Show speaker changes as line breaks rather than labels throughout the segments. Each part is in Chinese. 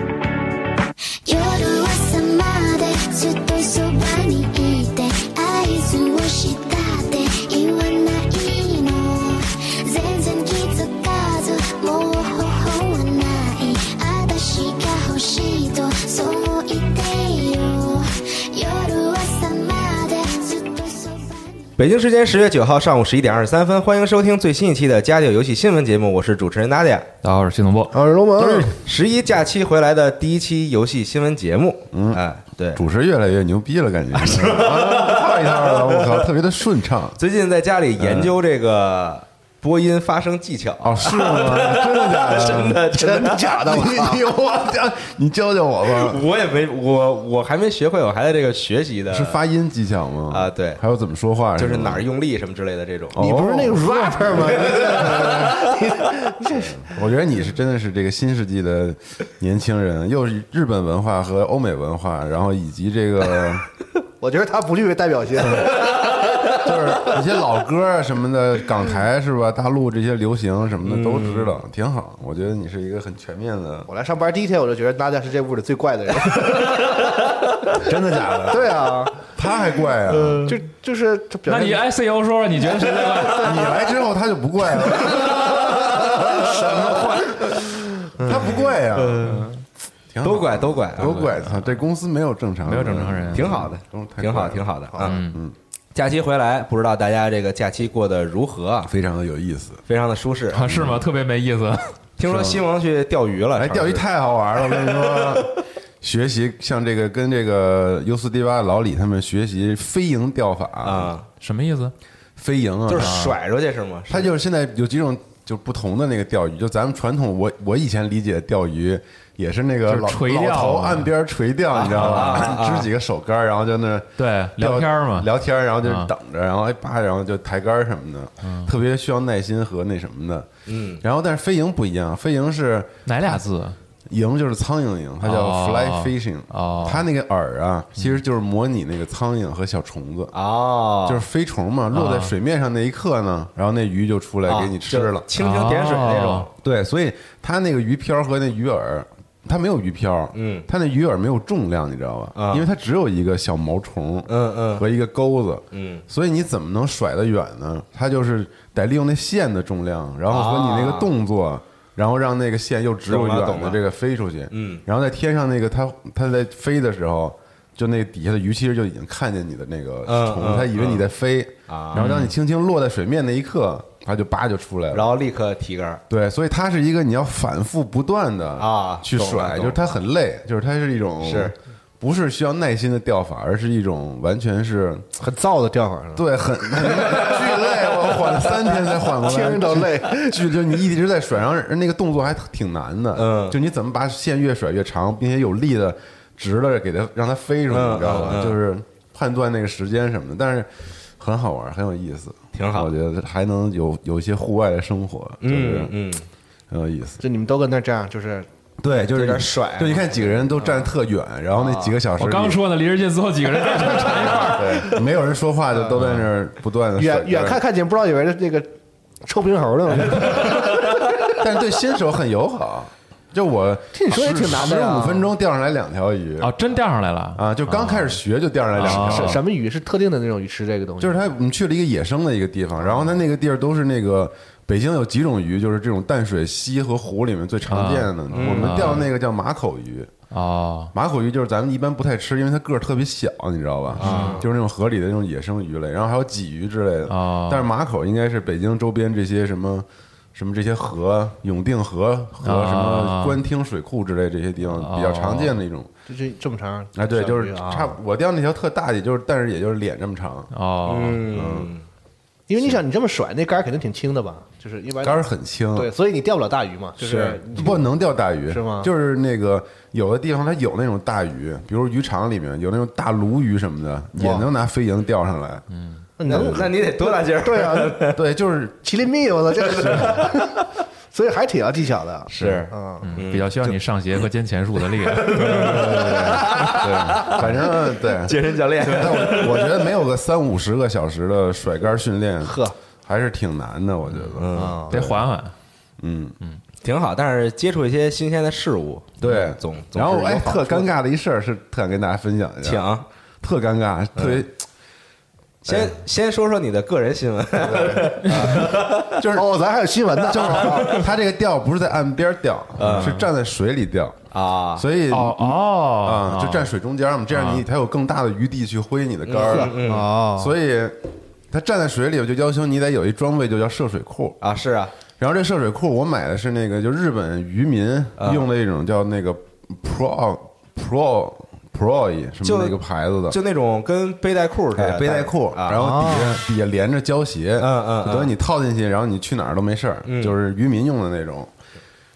夜は朝までずっとそばにいて合図をしたって言わないの全然気づかずもう頬はない私が欲しいとそう言ってよ夜朝までずっとそばに
北京时间十月九号上午十一点二十三分，欢迎收听最新一期的《家里有游戏新闻》节目，我是主持人 Nadia。
大家好，我是新总播。
啊，龙门
十一假期回来的第一期游戏新闻节目，嗯，哎，对，
主持越来越牛逼 了，感觉啊一套一套的，我靠，特别的顺畅。
最近在家里研究这个播音发声技巧，
哦，是吗？真的假的？
真的真的
假 的？你你我教你教教我吧。
我也没我我还没学会，我还在这个学习的，
是发音技巧吗？
啊对
还有怎么说话？
就是哪
吗
儿？用力什么之类的这种。
你不是那个
rapper 吗？
我觉得你是真的是这个新世纪的年轻人，又是日本文化和欧美文化，然后以及这个
我觉得他不具备代表性。
就是一些老歌啊什么的，港台是吧？大陆这些流行什么的都知道，挺好。我觉得你是一个很全面的。
嗯我来上班第一天，我就觉得娜姐是这屋里最怪的人。
真的假的？
对啊，嗯
他还怪啊！
就就是这表
那
现
你 ICO 说说，你觉得谁在外？
你来之后他就不怪 了，什么怪？他不怪呀，挺好
都怪都怪
都怪！操，这公司嗯没有正常人，
没有正常人
挺好的
都是，太
挺
怪
好，
了
挺好的啊。嗯，假期回来，不知道大家这个假期过得如何啊？
非常的有意思。
非常的舒适。
啊，是吗？特别没意思。
听说西蒙去钓鱼了，
哎，
尝试
钓鱼太好玩了，我跟你说。 学习像这个跟这个尤斯蒂巴老李他们学习飞蝇钓法
啊，
什么意思？
飞蝇啊，
就是
啊
甩出去是吗？
它就是现在有几种就不同的那个钓鱼，就咱们传统我我以前理解的钓鱼也是那个
就是
老
垂钓啊
老头岸边垂钓，你知道吧？支几个手杆儿，然后就那
对
钓
聊天儿嘛
聊天儿，然后就
啊嗯
等着，然后哎叭，然后就抬杆儿什么的，特别需要耐心和那什么的。嗯，然后但是飞蝇不一样，飞蝇是
哪俩字？
蝇就是苍蝇蝇，它叫
哦
fly fishing，
哦
它那个饵啊，其实就是模拟那个苍蝇和小虫子。
哦，
就是飞虫嘛，落在
哦
水面上那一刻呢，然后那鱼就出来给你吃了
哦啊就，蜻蜓点水那种
哦。
对，所以它那个鱼漂和那鱼饵，它没有鱼漂，
嗯
它那鱼饵没有重量，你知道吧？
啊
因为它只有一个小毛虫，
嗯嗯
和一个钩子，
嗯，
所以你怎么能甩得远呢？它就是得利用那线的重量，然后和你那个动作。然后让那个线又直又远
啊懂了懂了
的这个飞出去，
嗯
然后在天上那个它它在飞的时候，就那底下的鱼其实就已经看见你的那个
嗯
虫，
嗯
它以为你在飞，
啊
然后当你轻轻落在水面那一刻，它就叭就出来了，
然后立刻提杆儿，
对，所以它是一个你要反复不断的
啊
去
懂了懂
甩，
了
就是它很累，就是它是一种
是
不是需要耐心的钓法，而是一种完全是
很燥的钓法上，
对很巨累，我缓了三天才缓过来，
听着都累。
就就你一直在甩，然后那个动作还挺难的，
嗯
就你怎么把线越甩越长，并且有力的直的给它让它飞出去，
嗯
你知道吧？
嗯嗯
就是判断那个时间什么的，但是很好玩，很有意思，
挺好
我觉得还能有有一些户外的生活，就是
嗯嗯，
很有意思。
就你们都跟那儿这样，就是
对，就是
有点甩啊
就你看几个人都站特远，然后那几个小
啊
时
我
里
刚说呢，离着近最后几个人在这儿 缠一块儿。
对，没有人说话，就都在那儿不断的
远远看，看见，不知道以为是那个臭平猴呢。
但是对新手很友好。就我
听你说也挺难的呀
十五分钟钓上来两条鱼
啊，真钓上来了！
啊，就刚开始学就钓上来两条，
什什么鱼啊是特定的那种鱼吃这个东西？
就是他，我们去了一个野生的一个地方，然后他那个地儿都是那个北京有几种鱼，就是这种淡水溪和湖里面最
啊
常见的。
嗯
我们钓那个叫马口鱼，
哦，
马口鱼就是咱们一般不太吃，因为它个儿特别小，你知道吧？
啊
就是那种河里的那种野生鱼类，然后还有鲫鱼之类的。
啊
哦
但是马口应该是北京周边这些什么。什么这些河，永定河和什么
啊
官厅水库之类这些地方比较常见的一种，
这这这么长
哎，对，就
小
是
鱼哦啊
差不，我钓那条特大，也就是，但是也就是脸这么长，
哦，
嗯，
因为你想你这么甩，那杆儿肯定挺轻的吧？就是一般
杆儿很轻，
对，所以你钓不了大鱼嘛，就是
不能钓大鱼
是吗
就是那个有的地方它有那种大鱼，比如渔场里面有那种大鲈鱼什么的，也能拿飞蝇钓上来。
那
那能
那你得多大劲儿？
对啊，
对，就是
麒麟臂，我操，这个，所以还挺要技巧的。
是，
嗯，
比较需要你上斜和肩前束的力量。
对，反正 对。
健身教练，
但我我觉得没有个三五十个小时的甩杆训练，
呵，啊
还是挺难的。我觉得，
嗯，
得缓缓。
嗯，
挺好。但是接触一些新鲜的事物，
对
嗯，总总
然后
是有
哎，
好
特
处的
尴，尬的一事儿是特想跟大家分享一下，
请
特尴尬，特别
嗯
先
哎
先说说你的个人新闻，
就是
哦，咱还有新闻呢，嗯
就是 他这个钓不是在岸边钓，是站在水里钓
啊
所以
哦哦
啊，就站水中间嘛，这样你才有更大的余地去挥你的杆儿。啊
哦，
所以他站在水里，我就要求你得有一装备，就叫涉水裤。
啊是啊，
然后这涉水裤我买的是那个，就日本渔民用的一种叫那个 pro pro pro 什
就
么那个牌子的。
就那种跟背带裤似
哎
的
背带裤，
啊，
然后底下底下连着胶鞋，
嗯嗯
就等于你套进去，然后你去哪儿都没事儿，就是渔民用的那种。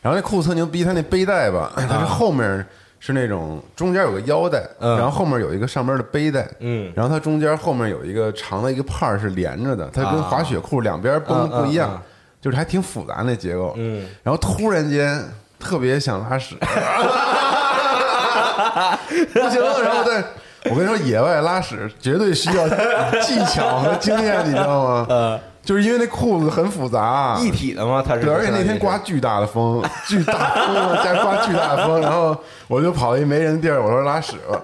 然后那裤子特牛逼，它那背带吧，
啊
它是后面是那种中间有个腰带，
嗯
然后后面有一个上边的背带，
嗯
然后它中间后面有一个长的一个帕儿是连着的，它跟滑雪裤两边绷的不一样，
嗯嗯嗯
就是还挺复杂那结构。嗯，然后突然间特别想拉 屎，不行了，然后但。 我跟你说，野外拉屎绝对需要技巧和经验，你知道 吗？呃，就是因为那裤子很复杂，啊
一体的吗？它是
对，而且那天刮巨大的风，巨大风啊，加刮巨大的风，然后我就跑到一没人地儿，我说拉屎了，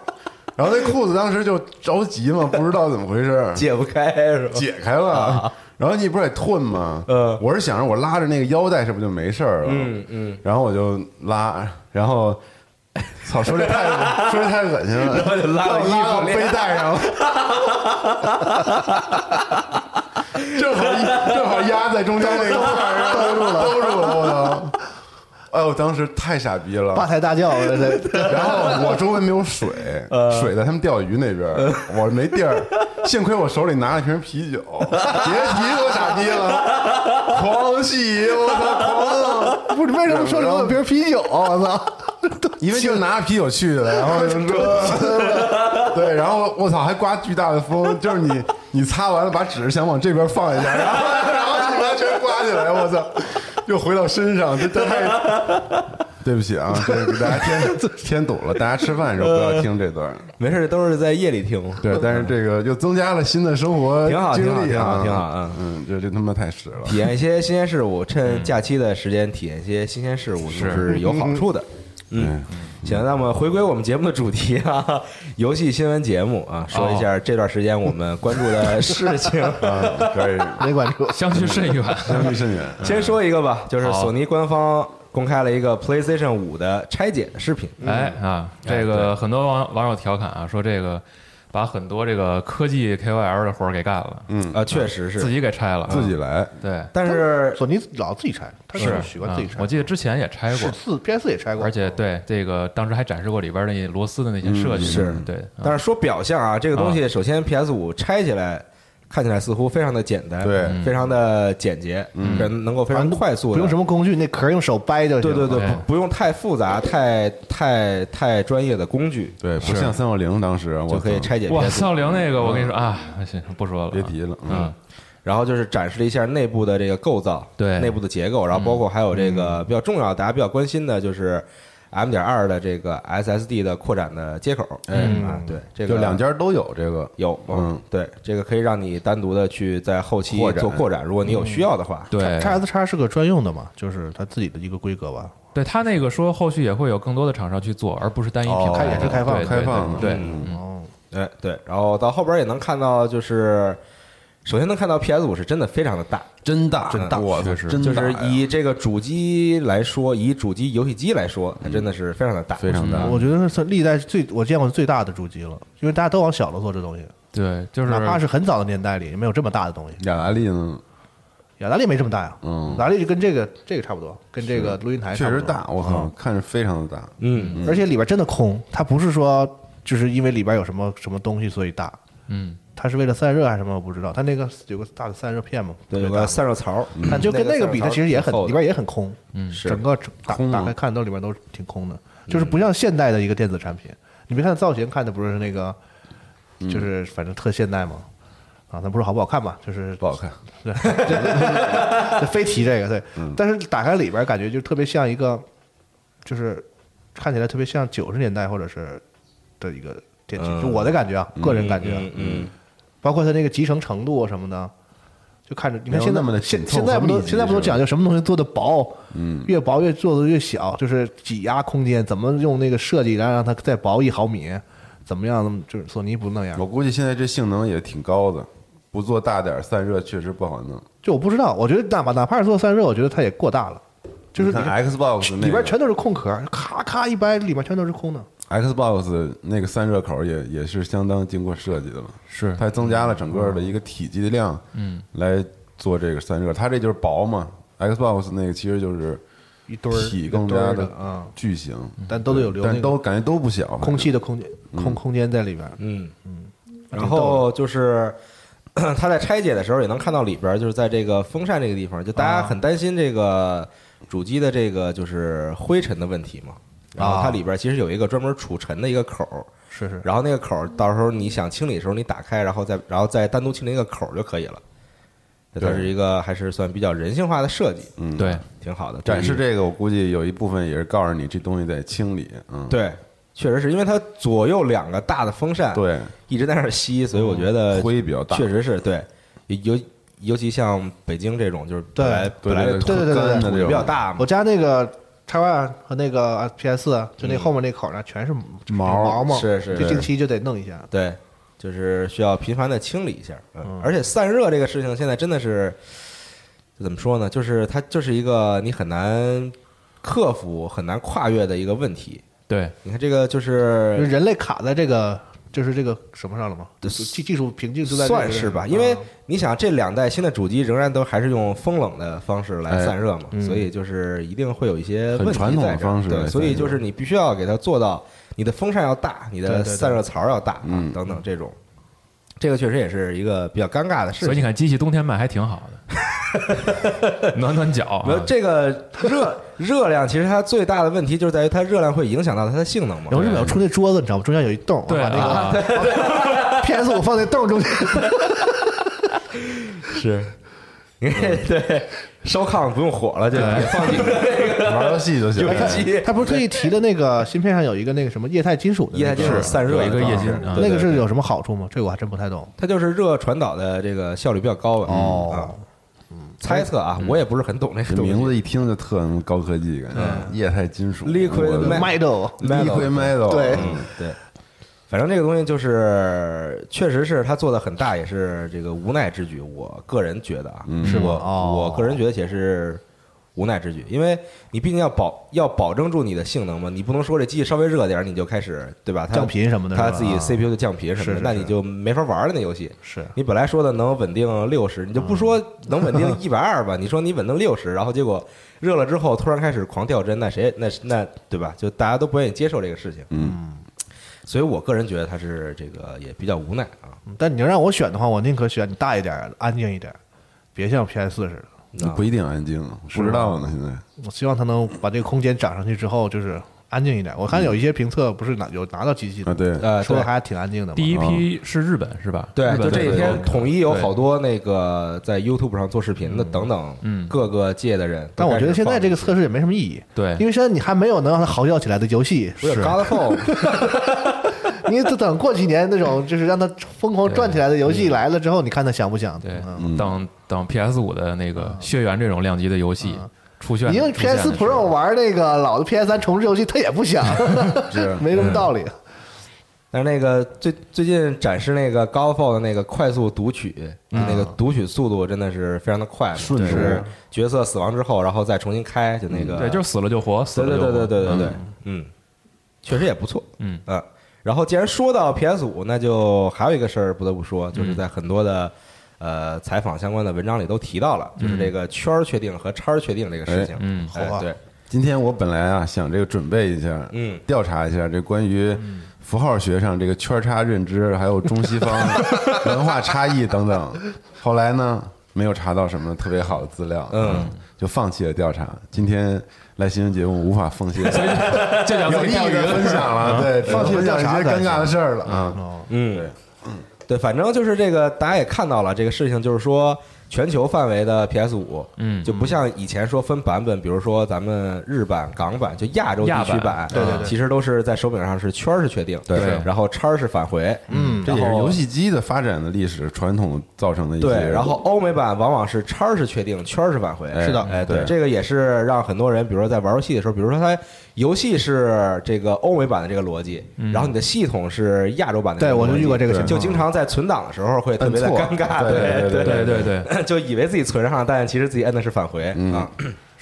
然后那裤子当时就着急嘛，不知道怎么回事儿，
解不开是吧？
解开了，然后你不是得吞
啊
吗？
嗯
我是想着我拉着那个腰带是不是就没事儿了？嗯嗯，然后我就拉，然后。 操，说这太说这太恶心 了，然
后就拉到衣服
到
里
背带 上了，正好正好压在中间那个 块儿，兜住了，兜住了，我操！哎，我当时太傻逼了，
八抬大轿，我这
然后我周围没有水，水在他们钓鱼那边，我没地儿。幸亏我手里拿了瓶啤酒，别提多傻逼了，狂喜！我操，狂！啊
不是为什么说留有瓶啤酒？
哦
我操，
因为就拿着啤酒去的，然后就 说，对，然后我操，还刮巨大的风，就是你你擦完了，把纸想往这边放一下， 然后然后就完全刮起来，我操，又回到身上，这这 太。对不起啊，这给大家添 添堵了。大家吃饭的时候不要听这 段。
没事，都是在夜里听。
对，但是这个又增加了新的生活
挺好
经
挺好
历啊，
挺好挺好嗯
嗯，这这他妈太屎了。
体验一些新鲜事物，趁假期的时间体验一些新鲜事物，就是有好处的。嗯，行，那么回归我们节目的主题啊， 游戏新闻节目啊，说一下这段时间我们关注的事情。
可以，
没关注。
相去甚远。
相距甚远。
先说一个吧，就是
好
索尼官方公开了一个 PlayStation 五的拆解的视频。
哎啊，这个很多网网友调侃啊，说这个把很多这个科技 KOL 的活儿给干了，
嗯，
啊，确实
自
是，啊
己给拆了，啊
自己来，
对
但是
索尼老自己拆，他
是
喜欢自己
啊
拆。
我记得之前也拆过
是，四 PS 也拆过，
而且对这个当时还展示过里边那螺丝的那些设计，
是
对，啊
但是说表象啊，这个东西首先 PS 五拆起来。看起来似乎非常的简单，
对
非常的简洁，嗯，能够非常快速
不
的，
用什么工具，那壳用手掰就行。
对对对，
对
不不用太复 杂、太太太专业的工具，
对，不像三六零当时，我
就可以
操
拆解
哇，
PS5
三六零那个我跟你说啊，行，不说了，
别提了。嗯
嗯，
然后就是展示了一下内部的这个构造，
对
内部的结构，然后包
嗯
括还有这个比较重要、大家比较关心的就是 M 点二的这个 SSD 的扩展的接口，嗯啊，对，这个
就两家都有这个，
有，
嗯，
对，这个可以让你单独的去在后期
扩展
做扩展，如果你有需要的话，
对，
，x S 叉是个专用的嘛，就是它自己的一个规格吧。
对他那个说后续也会有更多的厂商去做，而不是单一品
哦它
牌的。
也是开放
对对
开放的
对，对
哦，
哎对，然后到后边也能看到，就是首先能看到 PS 五是真的非常的大，
真大，
真大
我
确实
真
就
大
是
呀
以这个主机来说，以主机游戏机来说，它真的是非常的大，
非常大
嗯
我觉得是算历代最我见过最大的主机了，因为大家都往小了做这东西，
对，就是
哪怕是很早的年代里也没有这么大的东西。
雅达利呢？
雅达利没这么大呀，
嗯
雅达利就跟这个这个差不多，跟这个录音台
确
差不
实
多嗯
大，我靠，看着非常的大。
嗯，
而且里边真的空，它不是说就是因为里边有什么什么东西所以大，
嗯，
它是为了散热还是什么我不知道，它那个有个大的散热片嘛，
对，
特
有
别大嗯
个散热槽，
但就跟那
嗯那
个
个
比，它其实也
散
很
热槽挺厚的
里边也很空，
嗯
是
整个打
空啊
打开看都里边都挺空的，就是不像现代的一个电子产品。你别看造型看的不是那个，就是反正特现代嘛，啊，咱不说好不好看吧，就是
不好看，
对，对非提这个对，
嗯
但是打开里边感觉就特别像一个，就是看起来特别像九十年代或者是的一个
嗯
电器，就我的感觉啊，个人感觉，
嗯嗯，
包括它那个集成程度啊什么的，就看着你
没
看
有
现在
那么的
现
紧凑
现在不都
和密集
现在不都
是吧
讲究什么东西做的薄，嗯，越薄越做的越小，就是挤压空间，怎么用那个设计来让它再薄一毫米，怎么样？就是索尼不那样
我，估计现在这性能也挺高的，不做大点儿散热确实不好弄。
就我不知道，我觉得哪怕哪怕是做散热，我觉得它也过大了，就是
你看
你看
Xbox 那
里边
个
全都是空壳，咔咔一掰，里边全都是空的。
Xbox 那个散热口也也是相当经过设计的了，
是
它增加了整个的一个体积的量，嗯，来做这个散热，它这就是薄嘛，Xbox 那个其实就是
一堆儿
体
一个
更
堆
加
儿
的
的啊
巨型，
但都得有留那
但
个
都感觉都不小，反正
空气的空间
嗯
空空间在里边，
嗯
然后就是。他在拆解的时候也能看到里边，就是在这个风扇这个地方，就大
啊
家很担心这个主机的这个就是灰尘的问题嘛。然后
啊
它里边其实有一个专门储尘的一个口儿，
是是，
然后那个口儿到时候你想清理的时候，你打开，然后再然后再单独清理一个口儿就可以了。这它
对
是一个还是算比较人性化的设计，
嗯
对，
挺好的。
展示
对于
这个，我估计有一部分也是告诉你这东西得清理，嗯，
对，确实是因为它左右两个大的风扇
对，
一直在那儿吸，所以我觉得
灰比较大，
确实是对，尤尤其像北京这种就是本来本
对
来
对
土
对对对
对
土
对
比较大
我
嘛，
家那个叉 Y 和那个 PS 啊就那后面那口呢，全是就是
毛
毛毛，
嗯是是
就是定期就得弄一下。
对，就是需要频繁的清理一下。嗯，而且散热这个事情现在真的是怎么说呢？就是它就是一个你很难克服、很难跨越的一个问题。
对，
你看这个就
就是
是
人类卡在这个就是这个什么上了吗？技技术瓶颈就在这个
算是吧，因
嗯
为
啊
你想这两代新的主机仍然都还是用风冷的方式来散热嘛，所以就是一定会有一些问题
哎嗯很传统的
在这儿
方式来
对，
散
所以
热
就是你必须要给它做到你的风扇要大，你
对
的
对对
散热槽要大啊
嗯，
等等这种。这个确实也是一个比较尴尬的事
所以你
情。
看机器冬天卖还挺好的，暖暖脚啊
没有，这个热热量，其实它最大的问题就是在于它热量会影响到它的性能嘛
然。后日本要出那桌子，你知道吗？中间有一洞，
对
我把
啊
那 个 PS 五放在洞中间，
是，
嗯
对，烧炕不用火了，就放几个
玩游戏就行
游
了。
戏机，
他不是特意提的那个芯片上有一个那个什么液态金属的那个，
液态金属散热
有一个液晶啊
对
那个
对
是有什么好处吗？这个我还真不太懂。
它就是热传导的这个效率比较高吧？
哦
嗯，猜测啊，我也不是很懂这个
这
东西
名字一听就特高科技，感觉液态金属
Liquid
我的
metal
Metal，
liquid metal，
对
嗯
对，反正这个东西就是，确实是它做的很大，也是这个无奈之举。我个人觉得啊，是我
哦
我个人觉得也是无奈之举，因为你毕竟要保要保证住你的性能嘛，你不能说这机器稍微热点儿你就开始对吧？它
降频什么的是吧
它自己 CPU 就降频什
是
么
是
的，那
是
你就没法玩了那游戏。
是
你本来说的能稳定六十，你就不说能稳定一百二吧，你说你稳定六十，然后结果热了之后突然开始狂掉帧，那谁那那对吧？就大家都不愿意接受这个事情。
嗯，
所以我个人觉得他是这个也比较无奈啊。
嗯但你要让我选的话，我宁可选你大一点儿、安静一点儿，别像 PS 似的。
那
不一定安静，不知道呢。现在
我希望它能把这个空间涨上去之后，就是安静一点。我看有一些评测不是拿有拿到机器
啊，
的，
对，
呃，
说
对
的还挺安静的嘛。
第一批是日本是吧？
对，
日
就
本
这几嗯天统一有
对
好多那个在 YouTube 上做视频的等等，
嗯
各个界的人。
但我觉得现在这个测
试，
试也没什么意义，
对
因为现在你还没有能让它嚎叫起来的游戏，
不是 Godfall
你得等过几年那种就是让它疯狂转起来的游戏来了之后，你看它想不想？
对
嗯，
等等 PS 五的那个《血缘》这种量级的游戏，出现
你用
出现
PS
的时候
Pro 玩那个老的 PS 三重置游戏，它也 不响， 没
嗯
什么道理。
但是那个最最近展示那个 GoFo 的那个快速读取，
嗯
那个读取速度真的是非常的快嘛，就是角色死亡之后，然后再重新开，就那个
啊嗯对，就是死了就活，死
对
了
对
就活
对对对对对，嗯，确实也不错，
嗯
啊。然后既然说到 PS 五，那就还有一个事儿不得不说，
嗯
就是在很多的呃采访相关的文章里都提到了，就是这个圈儿确定和叉儿确定这个事情，
嗯
哎
好啊
对，
今天我本来啊想这个准备一下，
嗯
调查一下这关于符号学上这个圈叉认知，还有中西方文化差异等等。后来呢，没有查到什么特别好的资料，
嗯，
就放弃了调查。今天来新闻节目无法奉献
就两
有
个
意义的分享了，对，
放弃
了
了
调
讲一些尴尬的事儿了
啊，
嗯，对，对，反正就是这个，大家也看到了这个事情，就是说全球范围的 PS 五，
嗯
就不像以前说分版本，比如说咱们日版、港版，就亚洲地
亚
区
版
版，
对对对
其实都是在手柄上是圈儿是确定，
对
然后叉儿是返回，嗯
这也是游戏机的发展的历史传统造成的一些。
对，然后欧美版往往是叉儿是确定，圈儿是返回。
哎是的
哎，对
对，
这个也是让很多人，比如说在玩游戏的时候，比如说它游戏是这个欧美版的这个逻辑，然后你的系统是亚洲版的这个逻
对
辑。
我就遇过这个情
就
况
经常在存档的时候会特别的
摁
尴
错
尬，
对
对
对
对对对，
对， 就以为自己存上了，但其实自己摁的是返回
嗯
啊。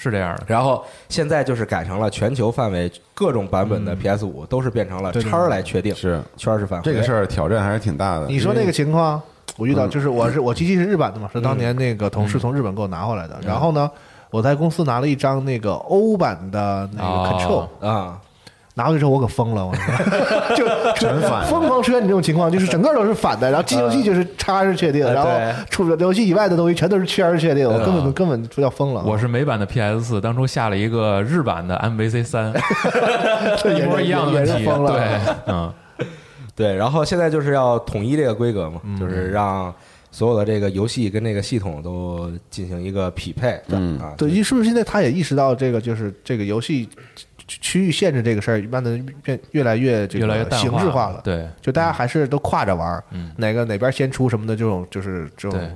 是这样的。
然后现在就是改成了全球范围各种版本的 PS 五都是变成了叉儿来确定，
是
圈儿是返回。
这个事儿挑战还是挺大的。
你说那个情况，我遇到
嗯
就是我是我机器是日版的嘛，是当年那个同事从日本给我拿回来
嗯
的。然后呢，我在公司拿了一张那个欧版的那个 Control，
哦
啊，
拿回去之后我可 疯了，我说就全
反
疯狂出现你这种情况，就是整个都是反的，然后进
嗯
游戏就是叉是确定，
哎
呃
然后
对
出了游戏以外的东西全都是圈是确定，我根本根本就要疯了。
嗯我是美版的 PS 四，当初下了一个日版的 MVC 三，
这
一
也
模
是
一样的
也
问
是
题。
疯了
对，嗯，
对，然后现在就是要统一这个规格嘛，就是让所有的这个游戏跟这个系统都进行一个匹配，嗯啊，
对，是不是现在他也意识到这个就是这个游戏区区域限制这个事儿，慢的变越来越这
越来越
个
淡
形式
化
了。
对，嗯
就大家还是都跨着玩儿，哪个哪边先出什么的这种，就是这
对
种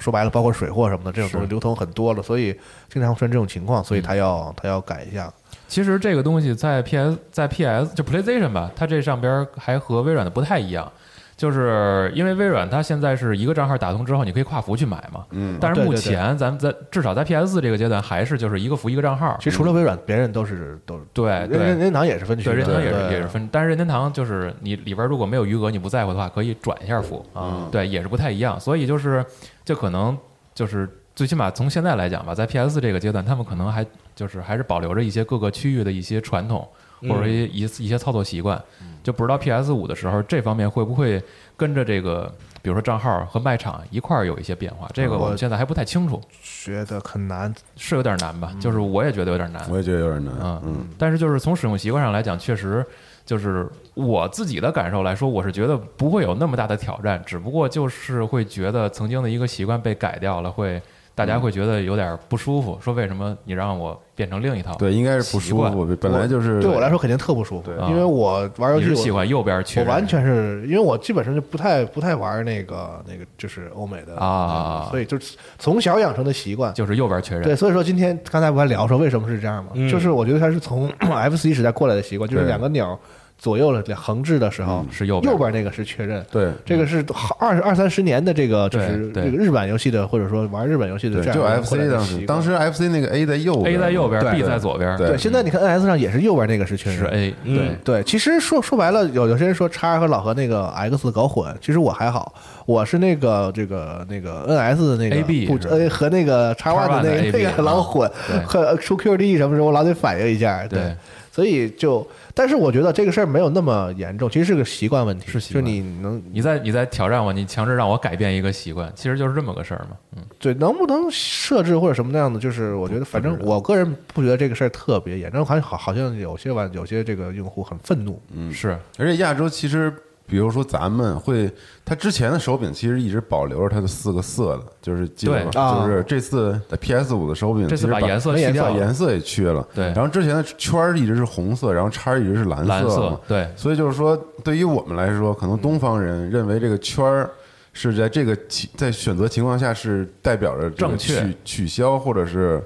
说白了，包括水货什么的这种东西流通很多了，所以经常会出现这种情况，所以
嗯
他要他要改一下。
其实这个东西在 PS 在 PS 就 PlayStation 吧，它这上边儿还和微软的不太一样，就是因为微软它现在是一个账号打通之后，你可以跨服去买嘛。嗯。但是
对对
目
对
前咱们在至少在 PS 这个阶段，还是就是一个服一个账号。
其实除了微软，别人都是都是
哎对
任任
对。
天堂也是分区
对，任
的，
天堂也是
对
也是。分，但是任天堂就是你里边如果没有余额，你不在乎的话，可以转一下服啊，对，也是不太一样。所以就是，这可能就是最起码从现在来讲吧，在 PS 这个阶段，他们可能还就是还是保留着一些各个区域的一些传统，或者说一一一些操作习惯，就不知道 PS 五的时候这方面会不会跟着这个，比如说账号和卖场一块儿有一些变化，这个我们现在还不太清楚，
觉得很难。
是有点难吧？就是我也觉得有点难。
我也觉得有点难。
嗯，但是就是从使用习惯上来讲，确实就是我自己的感受来说，我是觉得不会有那么大的挑战，只不过就是会觉得曾经的一个习惯被改掉了，会大家会觉得有点不舒服，说为什么你让我变成另一套？
对，应该是不舒
啊习
服。本来就是
对我来说肯定特不舒服，因为我玩游
啊你
戏
是
我
喜欢右边去，
我完全是因为我基本上就不太不太玩那个那个就是欧美的
啊嗯
所以就是从小养成的习惯。
就是右边确认
对，。所以说今天刚才不还聊说为什么是这样吗？
嗯
就是我觉得它是从 FC 时代过来的习惯，就是
对
两个钮儿左右了横置的时候、
嗯是右边嗯
右边那个是确认，
对
这个是好二二三十年的这个就
对
是
对
这个日版游戏的或者说玩日本游戏的
对，就
这样一个
FC
过来的
当
习
时，
惯
当时 FC 那个 A 在右边
，A 在右边
对
，B 在左边，
对
对，现在你看 NS 上也是右边那个是确认，
是 A，对，
对，其实说说白了，有有些人说叉和老和那个 X 搞混，其实我还好，我是那个这个那个 NS 的那个
AB
不
是吧
A 和那个叉
X1
Y
的
那
AB
个那个老混
对，
和出 QD 什么时候我老得反应一下，
对
所以就，但是我觉得这个事儿没有那么严重，其实是个习惯问题，
是习惯
就你能
你在你在挑战我，你强制让我改变一个习惯，其实就是这么个事儿嘛。嗯，
对能不能设置或者什么样的，就是我觉得反正我个人不觉得这个事儿特别严重，好像好好像有些玩有些这个用户很愤怒，
是
而且亚洲其实，比如说咱们会，它之前的手柄其实一直保留着它的四个色的，就是基本
对
上就是这次的 PS 五的手柄，
这次把
其实
颜色
没
去
颜
掉
把
了，
颜色也去了，
对
然后之前的圈儿一直是红色，然后叉儿一直是蓝
蓝
色
色
嘛，
对
所以就是说，对于我们来说，可能东方人认为这个圈儿是在这个情在选择情况下是代表着这个
正确
取取消或者是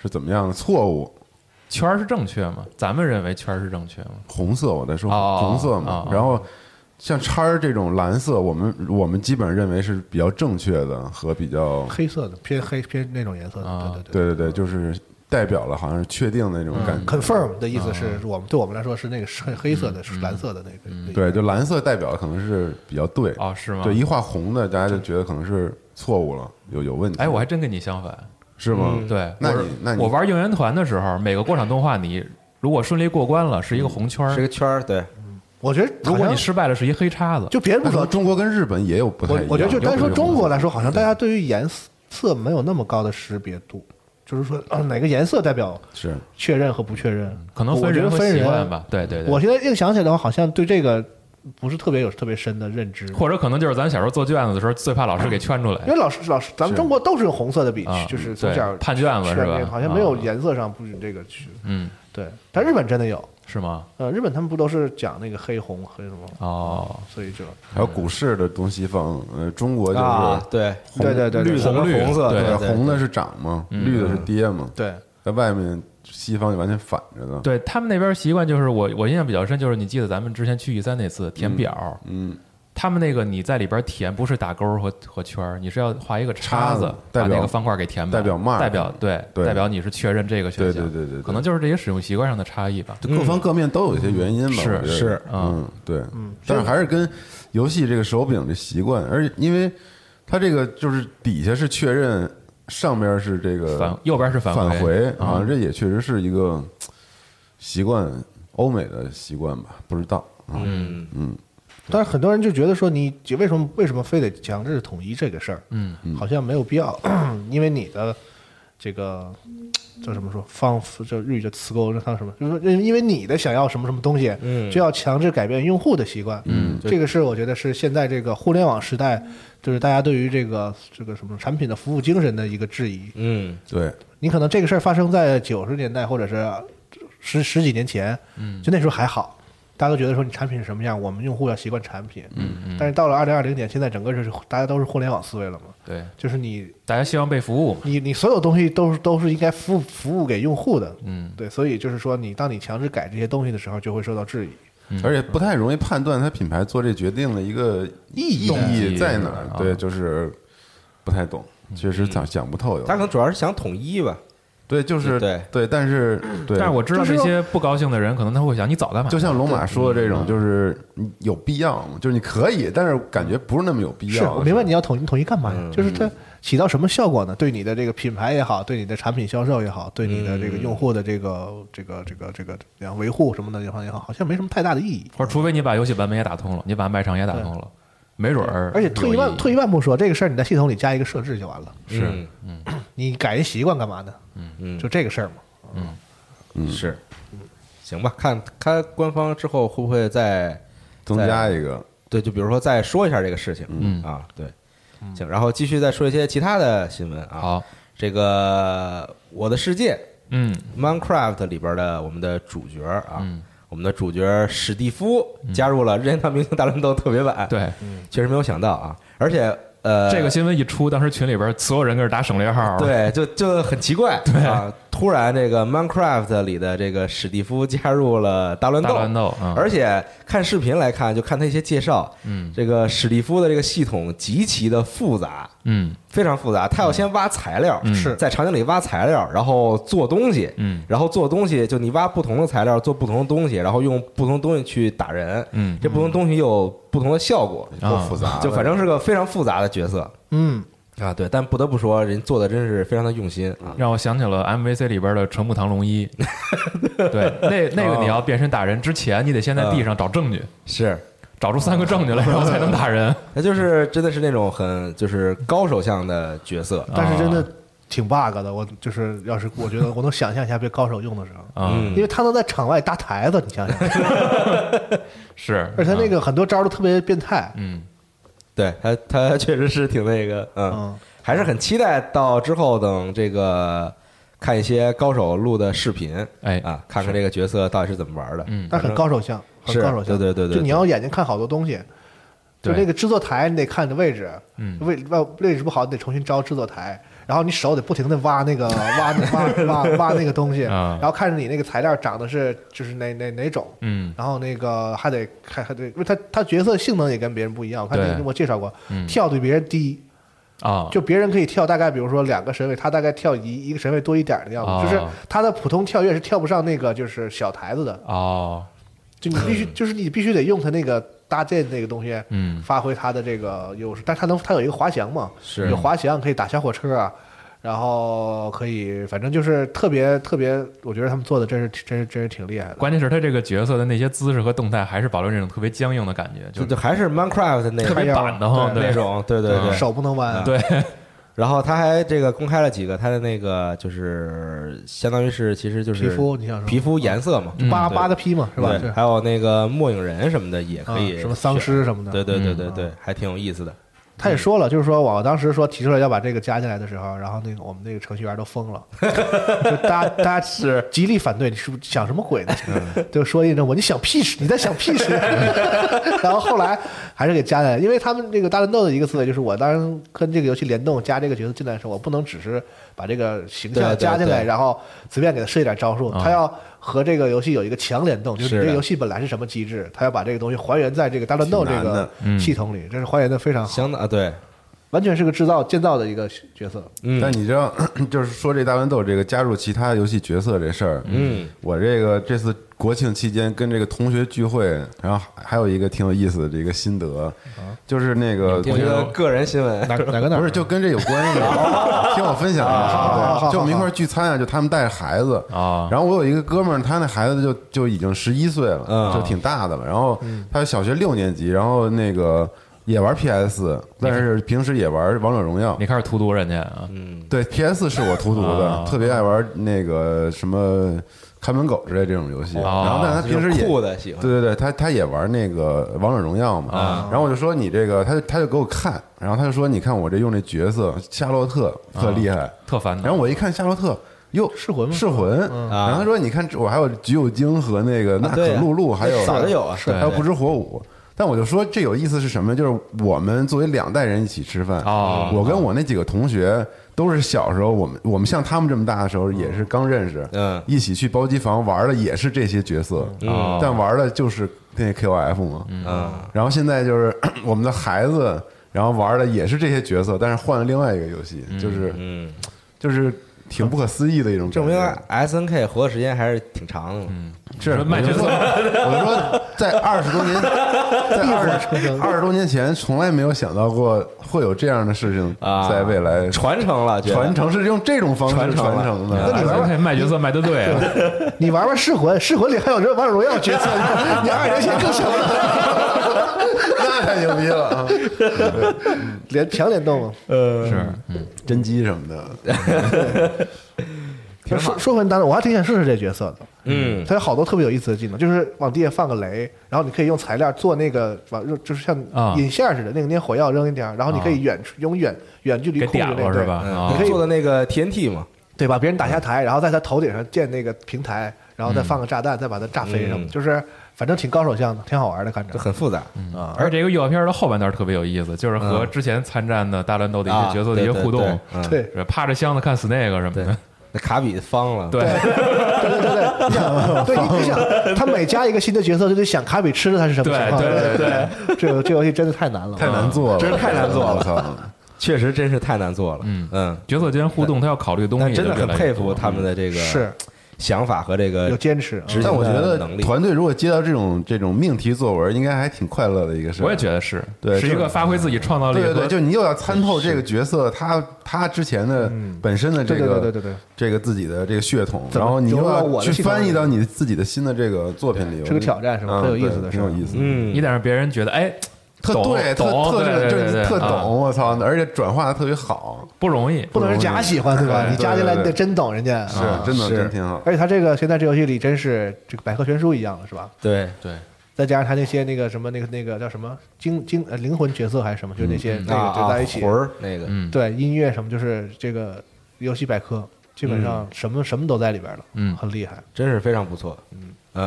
是怎么样的错误？
圈儿是正确吗？咱们认为圈儿是正确吗？
红色，我在说
哦
红色
哦
嘛
哦。
然后像叉儿这种蓝色，我们我们基本认为是比较正确的和比较
黑色的偏黑偏那种颜色
啊
的，对对
对对对，就是代表了好像是确定的那种
嗯
感觉。
confirm 的意思是我们对我们来说是那个是黑色的、是
嗯
蓝色的那个。那个
对，就蓝色代表可能是比较对
哦，是吗？
对，一画红的，大家就觉得可能是错误了，有有问题。
哎，我还嗯真跟你相反。
是吗？
对，
嗯那
我
你那你
我玩应援团的时候，每个过场动画你如果顺利过关了，是一个红圈儿
嗯是；个圈儿，对，
我觉得
如果
好
你
像
失败了，是一黑叉子。
就别人
那
不
可
说
能，中国跟日本也有不太一
我
样。
我觉得就单说
有
中国来说，好像大家对于颜色没有那么高的识别度，就是说呃哪个颜色代表
是
确认和不确认，
可能
我
分
觉
人
得
和
分
习惯
人
吧，对对对。
我现在硬想起来的话，好像对这个不是特别有特别深的认知。
或者可能就是咱小时候做卷子的时候，最怕老师给圈出来
因。为老师老师，咱们中国都是用红色的笔
啊，
就是从小
对判卷子
确
是吧
认好像没有
啊
颜色上不许这个去。
嗯，
对，但日本真的有，
是吗？
呃，日本他们不都是讲那个黑红黑什么，
哦，
所以就
还有股市的东西方，呃，中国就是、
啊，对，
对对对对
绿色
红
跟
绿
红色，
对
对，对
红的是涨嘛，绿的是跌嘛，
对
在外面西方就完全反着的。
对他们那边习惯就是我我印象比较深，就是你记得咱们之前去玉三那次填表，
嗯，
他们那个你在里边填不是打勾和和圈儿，你是要画一个叉
叉
子
子，
把
代表
那个方块给填满，
代表 mark
代表对
对
代表你是确认这个选项，
对对对对对
可能就是这些使用习惯上的差异吧。
就各方各面都有一些原因
是
吧，我觉得
是
嗯，对，但是还是跟游戏这个手柄的习惯，而且因为它这个就是底下是确认，上边是这个
返右边是返
返
回
啊，这也确实是一个习惯，欧美的习惯吧，不知道，
嗯，
但是很多人就觉得说你，你为什么为什么非得强制统一这个事儿？
嗯，
好像没有必要， 因为你的这个叫什么说放这日语叫词沟，那叫什么？就是说，因为你的想要什么什么东西，
嗯
就要强制改变用户的习惯。嗯，这个是我觉得是现在这个互联网时代，就是大家对于这个这个什么产品的服务精神的一个质疑。
嗯，
对，
你可能这个事儿发生在九十年代或者是十十几年前，嗯，就那时候还好，大家都觉得说你产品是什么样，我们用户要习惯产品，嗯嗯。但是到了二零二零年，现在整个就是大家都是互联网思维了嘛，
对，
就是你
大家希望被服务嘛。
你你所有东西都是都是应该服务服务给用户的，
嗯，
对，所以就是说你当你强制改这些东西的时候，就会受到质疑。
而且不太容易判断它品牌做这决定的一个意义在哪儿
动，机
对，就是不太懂，确实想想不透有
他可能主要是想统一吧，
对，就是
对
对，但是对，
但是我知道那些不高兴的人，可能他会想你早干嘛？
就像龙马说的这种，就是你有必要吗？就是你可以，但是感觉不是那么有必
是
要。
我明白你要统一统一干嘛呀？就是它起到什么效果呢？对你的这个品牌也好，对你的产品销售也好，对你的这个用户的这个这个这个这个这样维护什么的也好也好，好像没什么太大的意义。
或者除非你把游戏版本也打通了，你把卖场也打通了，没准儿。
而且退一万退一万步说，这个事儿你在系统里加一个设置就完了，
是，
你改人习惯干嘛呢？嗯，就这个事儿嘛。
是，行吧，看看官方之后会不会再
增加一个，
对，就比如说再说一下这个事情，
嗯
啊，对，行，然后继续再说一些其他的新闻啊。
好，
这个《我的世界
嗯，》
Minecraft 里边的我们的主角啊，
嗯
我们的主角史蒂夫加入了任天堂明星大乱斗特别版，，
对，
啊
确实没有想到啊，而且呃，
这个新闻一出，当时群里边所有人跟着打省略号。，
对，就就很奇怪，对啊，突然这个 Minecraft 里的这个史蒂夫加入了大乱
大
斗，
乱斗，嗯
而且看视频来看，就看他一些介绍，
嗯
这个史蒂夫的这个系统极其的复杂，
嗯
非常复杂。他要先挖材料，
是
在场景里挖材料，然后做东西，
嗯
然后做东西就你挖不同的材料做不同的东西，然后用不同的东西去打人，
嗯
这不同的东西又有不同的效果，
够啊复杂的。
就反正是个非常复杂的角色
嗯，
啊。对，但不得不说，人做的真是非常的用心啊。
让我想起了 MVC 里边的成木堂 龙一。对，那那
哦
个你要变身打人之前，你得先在地上找证
嗯
据，
是，
找出三个证据来，然后才能打 人。
那就是真的是那种很就是高手向的角色，
但是真的挺 bug 的。我就是要是我觉得我能想象一下被高手用的时候，
啊，
嗯
因为他能在场外搭台子，你想想，
是，
而且他那
嗯
个很多招儿都特别变态。
嗯，
对他，他确实是挺那个，嗯，
嗯
还是很期待到之后等这个看一些高手录的视频，
哎
啊，看看这个角色到底是怎么玩的，
嗯
但很高手相，很高手
是对
相，
对对对
就你要眼睛看好多东西，就
对
那个制作台你得看你的位置，
嗯
位位位置不好你得重新招制作台，然后你手得不停的挖那个挖挖挖挖那个 东西，
啊
然后看着你那个材料长得是就是哪哪哪种，
嗯
然后那个还得还还得，因为他他角色性能也跟别人不一样。我看
对
你给我介绍过，
嗯
跳对别人低，
啊，
就别人可以跳大概比如说两个身位，他大概跳一一个身位多一点儿的样
哦
啊
子，就是他的普通跳跃是跳不上那个就是小台子的，
哦，
就你必须
嗯
就是你必须得用他那个搭建那个东西，
嗯
发挥他的这个优势。但是他能他有一个滑翔嘛，
是
有滑翔可以打小火车啊。然后可以，反正就是特别特别，我觉得他们做的真是真是真是挺厉害的。
关键是他这个角色的那些姿势和动态还是保留那种特别僵硬的感觉，
就
就
就还是 Minecraft 那
特别嗯
种
板得慌
对
对
那种，对对对。
手不能弯，啊
对，
然后他还这个公开了几个他的那个就是相当于是其实就是
皮肤你想说
皮肤颜色嘛，
嗯
扒
对
扒的皮嘛，是吧？
对
是
还有那个末影人什么的也可以
啊
选，
什么丧尸嗯什么的。
对对对对对，还挺有意思的。
他也说了，就是说我当时说提出来要把这个加进来的时候，然后那个我们那个程序员都疯了，就大家大家是极力反对，你是不是想什么鬼呢？ 就说一阵我你想屁事，你在想屁事。 然后后来还是给加进来，因为他们这个大乱斗的一个思维就是，我当然跟这个游戏联动加这个角色进来的时候，我不能只是把这个形
对
象
对
加进来，
对
然后随便给他设一点招数，他要和这个游戏有一个强联动，就是
是
你这
的
个游戏本来是什么机制，他要把这个东西还原在这个大乱斗这
挺难
个
的
系统里，这是还原的非常好。
相当啊，对，
完全是个制造建造的一个角色。
嗯
但你知道， 就是说这大乱斗这个加入其他游戏角色这事儿，嗯，我这个这次国庆期间跟这个同学聚会，然后还还有一个挺有意思的这个心得，就是那个
我觉得个人新闻
哪哪个哪
不是，就跟这有关系。 听我分享一
好好
下，
好
对，就我们一块儿聚餐啊，就他们带着孩子
啊
然后我有一个哥们儿，他那孩子就就已经十一岁了，就挺大的了。然后他小学六年级，然后那个也玩 PS，但是平时也玩王者荣耀
你。开始荼毒人家啊，
嗯
对，PS 是我荼毒的
啊，
特别爱玩那个什么看门狗之类这种游戏。
啊
然后，但是他平时也
酷的喜欢，
对对对，他他也玩那个王者荣耀嘛，然后我就说你这个，他就他就给我看，然后他就说你看我这用这角色夏洛特特厉害，
特烦恼。
然后我一看夏洛特。哟，
噬魂吗
噬魂。然后他说：“你看，我还有橘右京和那个娜
嗯
可
对啊
露露，还有
早就有啊，
还有不知火舞。但我就说这有意思是什么？就是我们作为两代人一起吃饭，
哦
我跟我那几个同学都是小时候，我们我们像他们这么大的时候也是刚认识，
嗯
一起去包机房玩的也是这些角色，
哦
但玩的就是那 KOF 嘛，
嗯，
然后现在就是 我们的孩子，然后玩的也是这些角色，但是换了另外一个游戏，就是嗯，就是挺不可思议的一种感觉，
证明 S N K 活的时间还是挺长的嘛。
是
说卖
我就
角色
说我就说，在二十多年，在二十二十多年前，从来没有想到过会有这样的事情
啊
在未来
传承了，觉得
传承是用这种方式
传承了
传承
那
的。
你玩哎卖角色卖的对 啊，
你玩玩噬魂，噬魂里还有这王者荣耀角色，你二连线更强了，
那太牛逼了 啊！
连强联动嘛。
嗯
嗯
真机什么的，
说说回当中，我还挺想试试这角色的。
嗯，
它有好多特别有意思的技能，就是往地下放个雷，然后你可以用材料做那个往，就是像
啊
引线似的，那个捏火药扔一点儿，然后你可以远处用远远距离
给
控制
点
那
了
个
是吧？？啊
你可以做的那个 T N T 嘛，
对，把别人打下台，然后在他头顶上建那个平台，
嗯
然后再放个炸弹，再把他炸飞什么，
嗯
就是反正挺高手像的，挺好玩的，看着
就。很复杂。
啊
而这个预告片的后半段特别有意思，就是
嗯
和之前参战的大乱斗的一些角色的一些互动
啊，对
对，
是趴着箱子看 Snake 什么的，
那卡比方了，
对，
对对对，你想，对你你想，他每加一个新的角色，就得想卡比吃的他是什么情况。
对对对
对，这这游戏真的太难了。
太难做了，
真是太难做了
我操！
确实真是太难做了。
嗯
嗯，
角色间互动，他要考虑的东
但
西，
真的很佩服他们的这个
是
想法和这个
有坚持啊
执行
但我觉
的
得
能力。
团队如果接到这种这种命题作文，应该还挺快乐的一个事儿。
我也觉得是，
对
是一个发挥自己创造力
对
和
对对，就你又要参透这个角色，他他之前的本身的这个
嗯对对对对对对
这个自己的这个血统，
怎么
然后你又
融入到
要
我的
去
系统里
翻译到你自己的新的这个作品里，
是个挑战是吧
嗯
很有意思
对
的事
挺
儿
有意思。
嗯
你得让别人觉得哎，
特
懂
对，特
懂
特这
对
个
对
就是
对
你特
啊
嗯
懂，我操！而且转化的特别好，
不容易，
不能是假喜欢对吧？
对
你加进来你
对对
得真懂人家。
是
啊
真的，
是
真挺好。
而且他这个现在这游戏里真是这个百科全书一样了，是吧？
对，
对，
再加上他那些那个什么那个那个叫什么精精呃灵魂角色还是什么，就那些那
啊
个就在一起
魂。儿那个，
嗯
对音乐什么，就是这个游戏百科，基本上什么什么都在里边了，
嗯
很厉害。
真是非常不错。嗯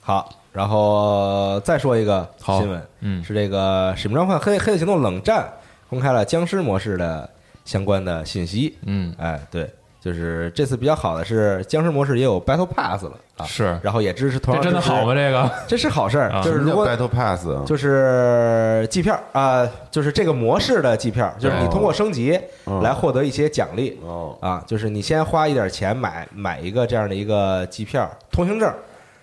好，然后再说一个
好
新闻，
嗯
是这个《使命召唤：黑黑色行动：冷战》公开了僵尸模式的相关的信息。
嗯，
哎，对，就是这次比较好的是僵尸模式也有 Battle Pass 了啊，
是
然后也支持同
这
样
真的好吗？？这个
这是好事儿，
啊
就是
什么
如
叫
果
Battle Pass 啊？
就是季票啊、就是这个模式的季票，就是你通过升级来获得一些奖励
哦，
啊，就是你先花一点钱买买一个这样的一个机票通行证，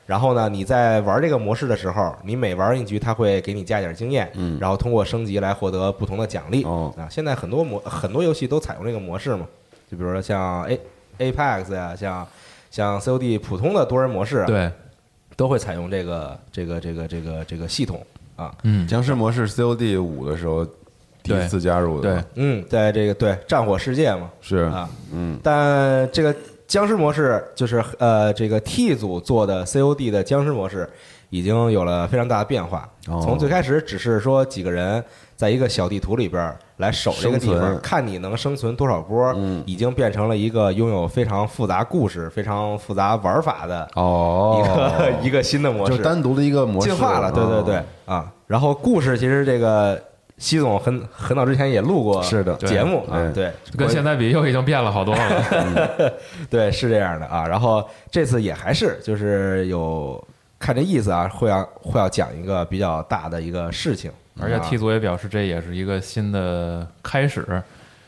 然后呢，你在玩这个模式的时候，你每玩一局，它会给你加一点经验，
嗯
然后通过升级来获得不同的奖励
哦
啊。现在很多模很多游戏都采用这个模式嘛，就比如说像 A Apex 呀、像像 COD 普通的多人模式、啊，
对，
都会采用这个这个这个这个这个系统啊。
嗯，
僵尸模式 COD 五的时候第一次加入的，
对，
嗯，在这个对战火世界嘛
是，
啊，
嗯，
但这个僵尸模式就是呃，这个 T 组做的 COD 的僵尸模式已经有了非常大的变化。
哦
从最开始只是说几个人在一个小地图里边儿来守这个地
生
方，
存
看你能生存多少波儿，
嗯
已经变成了一个拥有非常复杂故事、非常复杂玩法的一个、
哦，
一个新的模式，
就单独的一个模式嗯
进化了，对对对、，啊。然后故事其实这个西总很很早之前也录过
是的
节目
对
啊，对，
跟现在比又已经变了好多 了。
对是这样的啊。然后这次也还是就是有看这意思啊，会要会要讲一个比较大的一个事情，
而且
啊
T 组也表示，这也是一个新的开始，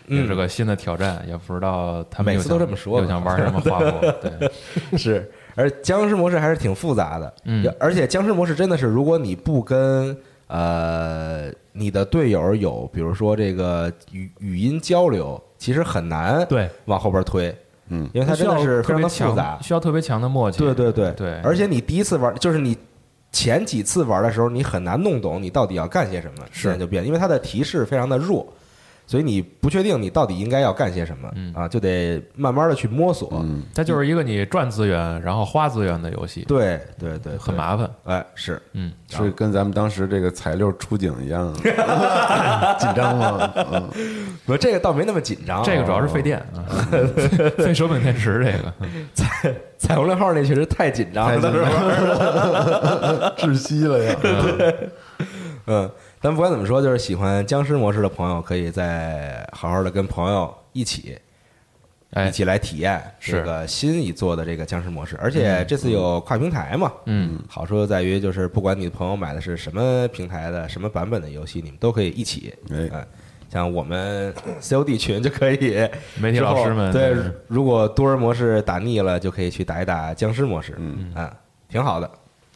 也是个新的挑战，也不知道他
嗯
们
每
又
次
想
都这么说
又想玩什 么画风。对，
嗯是。而僵尸模式还是挺复杂的，
嗯
而且僵尸模式真的是，如果你不跟呃你的队友有，比如说这个语语音交流，其实很难
对
往后边推，
嗯，
因为它真的是非常的
需要特别
复杂
强，需要特别强的默契。
对对对
对
而且你第一次玩，就是你前几次玩的时候，你很难弄懂你到底要干些什么，现在就变，因为它的提示非常的弱，所以你不确定你到底应该要干些什么、
嗯
啊，就得慢慢的去摸索。
嗯，
它就是一个你赚资源然后花资源的游戏，
对对对对
很麻烦。
哎，是
嗯，
是跟咱们当时这个材料出警 一样，紧张吗？嗯，
我这个倒没那么紧张啊、
这个主要是费电啊，
哦
费手柄电池这个。
彩虹六号那确实太紧张
太
了，
紧张
是吧
窒息了呀！
嗯，但不管怎么说，就是喜欢僵尸模式的朋友，可以再好好的跟朋友一起
哎
一，起来体验这
是
个新一做的这个僵尸模式，而且这次有跨平台嘛，
嗯，
好处就在于就是不管你的朋友买的是什么平台的、什么版本的游戏，你们都可以一起，
哎
嗯，像我们 COD 群就可以，
媒体老师们
之后对
嗯，
如果多人模式打腻了，就可以去打一打僵尸模式，嗯挺好的。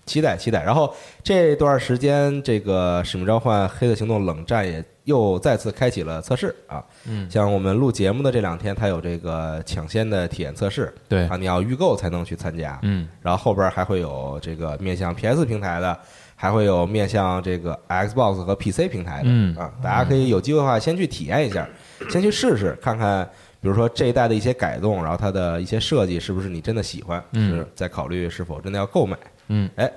期待期待，然后这段时间，这个《使命召唤：黑色行动》冷战也又再次开启了测试啊，
嗯
像我们录节目的这两天，它有这个抢先的体验测试，
对
啊，你要预购才能去参加，
嗯，
然后后边还会有这个面向 PS 平台的，还会有面向这个 Xbox 和 PC 平台的，
嗯
啊，大家可以有机会的话先去体验一下，先去试试看看，比如说这一代的一些改动，然后它的一些设计是不是你真的喜欢，
嗯
是再考虑是否真的要购买，
嗯，
哎，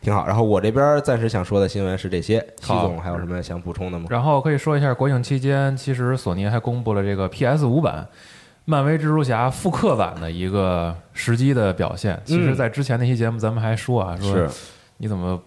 挺好。然后我这边暂时想说的新闻是这些，习
好
总还有什么想补充的吗？
然后可以说一下，国庆期间，其实索尼还公布了这个 PS 五版《漫威蜘蛛侠》复刻版的一个时机的表现。其实，在之前那期节目，咱们还说啊，说
嗯是
你怎么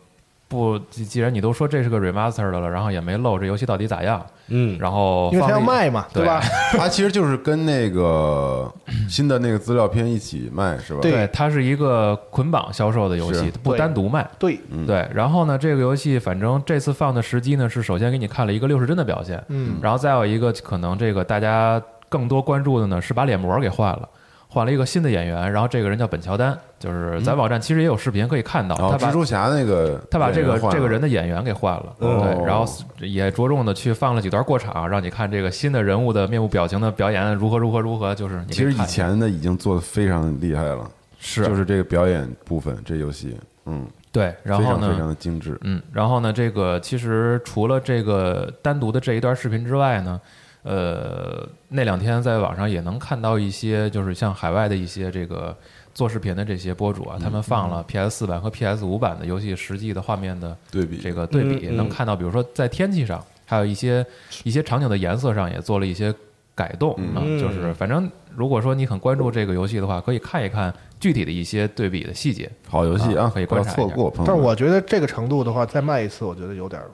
不，既既然你都说这是个 remaster 的了，然后也没露这游戏到底咋样，
嗯，
然后
因为
放
他要
了一
卖嘛，
对
吧？？
它其实就是跟那个新的那个资料片一起卖是吧？
对
对，它是一个捆绑销售的游戏
是，
不
对
单独卖。
对，
嗯
对，然后呢，这个游戏反正这次放的时机呢是首先给你看了一个六十帧的表现，
嗯，
然后再有一个可能这个大家更多关注的呢是把脸模给换了。换了一个新的演员，然后这个人叫本乔丹，就是在网站其实也有视频可以看到，
然后
他把
嗯哦蜘蛛侠那个
他把这
演员
个
换了
这个人的演员给换了，
哦
对，然后也着重的去放了几段过场，让你看这个新的人物的面部表情的表演如何如何如何，就是你可
其实
看
以
一下
前的已经做的非常厉害了，
是
就是这个表演部分，这游戏，嗯，
对，然后
非
呢
常非常的精致，
嗯，然后呢，这个其实除了这个单独的这一段视频之外呢，呃，那两天在网上也能看到一些，就是像海外的一些这个做视频的这些博主啊，他们放了 PS 四版和 PS 五版的游戏实际的画面的
对比
这个对比，
嗯嗯
能看到，比如说在天气上，还有一些一些场景的颜色上也做了一些改动啊，
嗯
就是反正如果说你很关注这个游戏的话，可以看一看具体的一些对比的细节。
好游戏
啊
啊，
可以
不
观
要
察一
错
下
过，朋友
但是
们。
我觉得这个程度的话，再卖一次，我觉得有点儿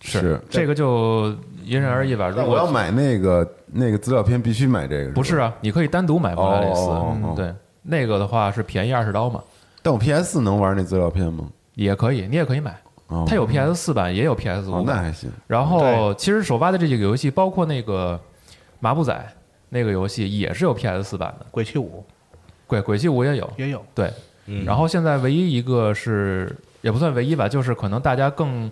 是
这个就因人而异吧。如
但
果
我要买那个那个资料片，必须买这个。
不是
吧，
啊，你可以单独买布达雷斯，
哦哦哦
嗯对，那个的话是便宜二十刀嘛，
但我 PS 能玩那资料片吗？
也可以，你也可以买。
哦
它有 PS 四版，也有 PS
哦
五，
那
版。
还行。
然后其实首发的这几个游戏，包括那个麻布仔那个游戏，也是有 PS 四版的，
鬼泣五
鬼鬼泣五也有，
也有，
对，然后现在唯一一个是也不算唯一吧，就是可能大家更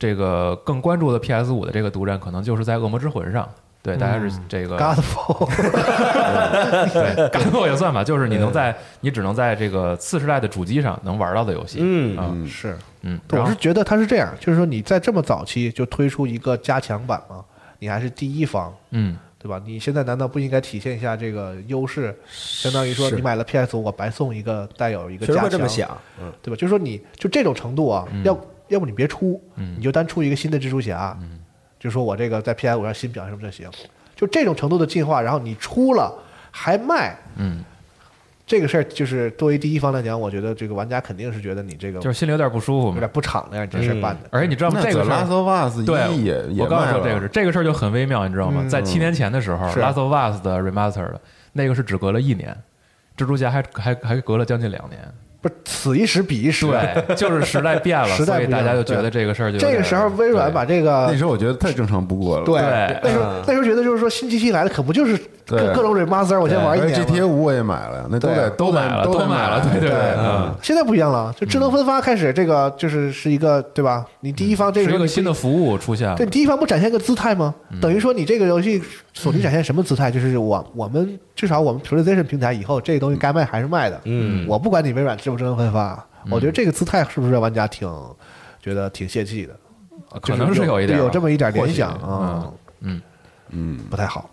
这个更关注的 PS 五的这个独占，可能就是在《恶魔之魂》上。对，大家
嗯
是这个，
《Godfall》
对，嘎豆也算吧，就是你能在你只能在这个次世代的主机上能玩到的游戏。
嗯
啊
是，
嗯，然
我
后
是觉得它是这样，就是说你在这么早期就推出一个加强版嘛，你还是第一方，
嗯，
对吧？你现在难道不应该体现一下这个优势？相当于说你买了 PS 五，我白送一个带有一个
确实
加
会这么
强，
想，
对吧？就是说你就这种程度啊，要要不你别出，你就单出一个新的蜘蛛侠，就说我这个在 PS 五上新表现什么就行。就这种程度的进化，然后你出了还卖，
嗯，
这个事儿就是作为第一方来讲，我觉得这个玩家肯定是觉得你这个
就是心里有点不舒服
有
嘛
点。不敞亮，你这事儿办的。
而且你知道吗？
那
这个事儿
Last of Us
对
一也，也
我刚
卖
才说
了
这个事，这个事儿就很微妙，你知道吗？在七年前的时候，《
嗯是
Last of Us》的 Remaster 的那个是只隔了一年，蜘蛛侠还还还隔了将近两 年。
不是此一时彼一时。
对，就是时代变了，
时
所
代不
以
一样
大家就觉得这个事儿就有点
这个时候，微软把这个
那时候我觉得太正常不过了。
对
对嗯
那时候那时候觉得就是说新机器来了，可不就是各
对
各种 remaster，我先玩一
而且
年嘛。
GTA 五我也买了，那都
对
得
啊都
得
买了，
都
都
得
买了，对
对
对，嗯，
现在不一样了，就智能分发开始，这个就是是一个对吧？你第一方这
嗯是一
个
个新的，嗯服务出现了
对，你第一方不展现个姿态吗？等于说你这个游
嗯
戏索尼展现什么姿态？就是我我们至少我们 PlayStation 平台以后这个东西该卖还是卖的，
嗯
我不管你微软智不智能分发，
嗯
我觉得这个姿态是不是让玩家挺觉得挺泄气的？
可能是有一点
有这么一点
联
联想啊，，
嗯
嗯，
不太好。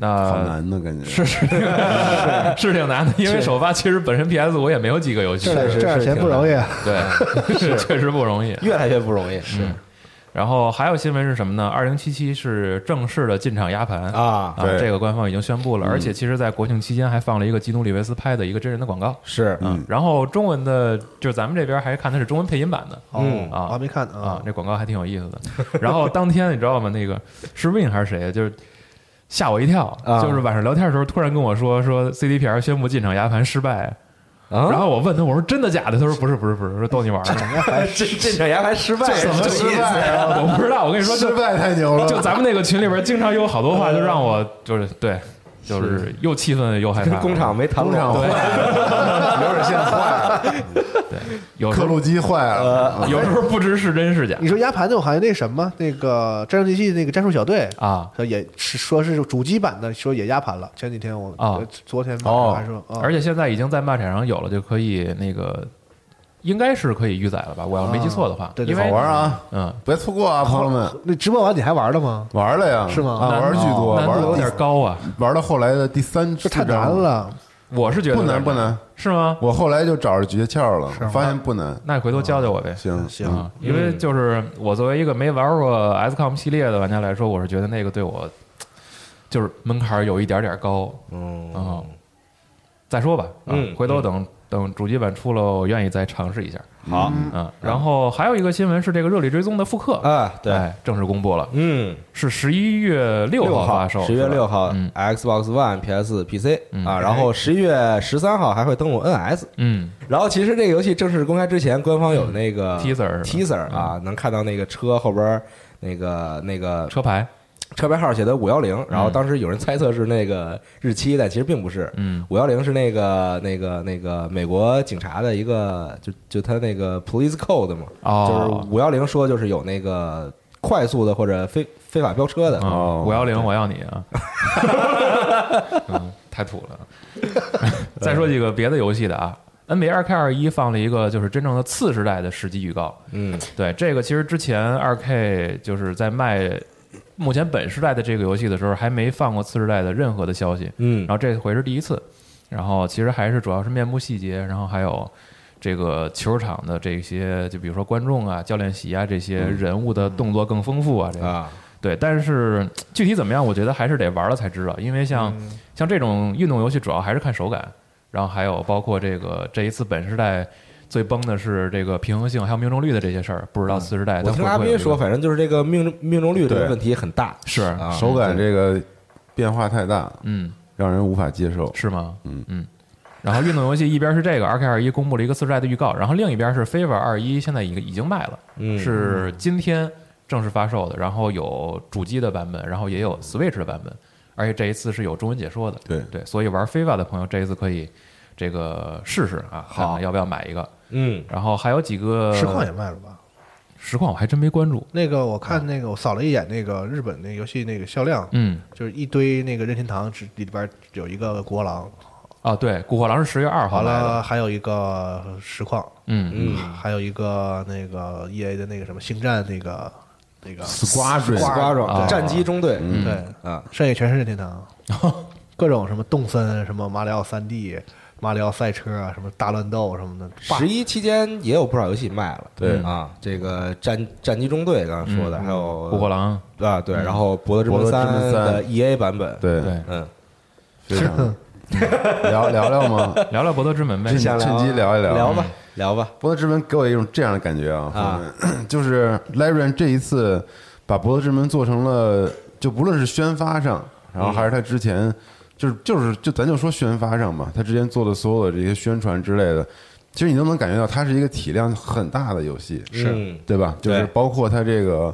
好
啊
那。
难的感
嗯
觉。
是是是挺难的，因为首发其实本身 PS 我也没有几个游戏，
这
是
这点钱不容易，啊。
对， 是确实不容易。
越来越不
嗯
容易，是
然后还有新闻是什么呢？二零七七是正式的进场压盘
啊，
啊，
对
这个官方已经宣布了，而且其实，在国庆期间还放了一个基努里维斯拍的一个真人的广告。
是
嗯，然后中文的，就是咱们这边还看它是中文配音版的，
嗯
啊
我还没看呢
啊，，这广告还挺有意思的。然后当天你知道吗？那个是 Win 还是谁？啊就是吓我一跳，
啊
就是晚上聊天的时候突然跟我说说 CDPR 宣布进场压盘失败，
啊
然后我问他我说真的假的？他说不是不是不是，说逗你玩儿呢。
这这场牙还失败，
怎么失败啊？
我不知道，我跟你说
失
就
败太牛了！
就咱们那个群里边经常有好多话，就让我就是对，就是又气愤又害怕。
工厂没谈拢，
有点现坏，
有时
刻
候
录机坏了。
呃
嗯
有时候不知是真是假
你说压盘这种行业那什么，那个战争机器那个战术小队，呃
啊。
也是说是主机版的，说也压盘了。前几天我
啊
呃昨天
哦
还说，啊
而且现在已经在漫展上有了，就可以那个，应该是可以预载了吧？我要没记错的话，
对对
因为
好玩啊，
嗯，
别错过啊，朋友们！
那直播完你还玩了吗？
玩了呀，
是吗
啊，玩儿巨多，
难
玩
度有点
儿
高啊，
玩到后来的第三
这
次
太难，了，
我是觉得
不
有点
难不难，
是吗？
我后来就找着诀窍了，
吗
发现不难。
那你回头教教我呗。
哦行
行
啊，因为就是我作为一个没玩过 SCOM 系列的玩家来说，我是觉得那个对我就是门槛儿有一点点高，
嗯，
嗯，再说吧，啊
嗯
回头等等主机版出了，我愿意再尝试一下，
好
嗯。然后还有一个新闻是这个《热力追踪》的复刻，
啊，对，
哎，正式公布了，
嗯，
是十一月六
六
号发售，
十月
是吧
六号
嗯
，Xbox One、PS、PC
嗯
啊，然后十一月十三号还会登陆 NS。
嗯，
然后其实这个游戏正式公开之前，官方有那个
Teaser 嗯
teaser 啊，能看到那个车后边儿那个那个
车嗯牌，
车牌号写的五幺零，然后当时有人猜测是那个日期，但其实并不是。
嗯
五幺零是那个那个那个美国警察的一个，就就他那个 police code 嘛，
哦
就是五幺零说就是有那个快速的或者非非法飙车的，
啊，五幺零，我要你 啊！嗯，太土了。 再说几个别的游戏的啊，NBA 二 K 二一放了一个就是真正的次时代的实际预告。
嗯
对，这个其实之前二 K 就是在卖目前本时代的这个游戏的时候，还没放过次时代的任何的消息。
嗯
然后这回是第一次，然后其实还是主要是面部细节，然后还有这个球场的这些，就比如说观众啊、教练席啊这些
嗯
人物的动作更丰富啊，这个
啊，
对，但是具体怎么样，我觉得还是得玩了才知道，因为像、
嗯
像这种运动游戏，主要还是看手感，然后还有包括这个这一次本世代最崩的是这个平衡性还有命中率的这些事儿，不知道次时代
嗯我
它会
听
不会
阿
有
斌
一个
说，反正就是这个命中命中率这个
对
问题很大，
是
啊，
手感这个变化太大，
嗯，
让人无法接受。
是吗？
嗯
嗯。然后运动游戏一边是这个 R K 二一公布了一个次世代的预告，然后另一边是 Fever 二一现在已已经卖了，
嗯
是今天正式发售的，然后有主机的版本，然后也有 Switch 的版本，而且这一次是有中文解说的。
对
对，所以玩 Fever 的朋友这一次可以这个试试啊，看看要不要买一个。
嗯，
然后还有几个
实况也卖了吧？
实况我还真没关注，
那个我看那个我扫了一眼那个日本那游戏那个销量，
啊嗯。
就是一堆那个任天堂只里边有一个国王，
啊，对，《古惑狼》是十月二号
完
来的，
了还有一个实况，
嗯，
嗯，
还有一个那个 E A 的那个什么星战那个那个，
Squadron
瓜壮
啊
战机中队，
嗯
对，
啊，
剩下全是任天 堂，各种什么动森、什么马里奥三 D、马里奥赛车啊，什么大乱斗什么 的，霸
十一期间也有不少游戏卖了，
对
啊，这个战战机中队刚刚说的，还有
《古惑狼
啊，对，然后《博德之门
博德之
三
门》
的
三
E A 版本，，
对》
对，
嗯，
非常聊聊聊吗？
聊聊《博德之门》呗
这，
想
趁机
聊
聊一聊
聊吧，聊吧，
博德之门给我一种这样的感觉啊，朋友们 就是 Larian 这一次把博德之门做成了，就不论是宣发上，
嗯
然后还是他之前，就是就是就咱就说宣发上嘛，他之前做的所有的这些宣传之类的，其实你都能感觉到它是一个体量很大的游戏，
嗯
对吧？就
对
是包括它这个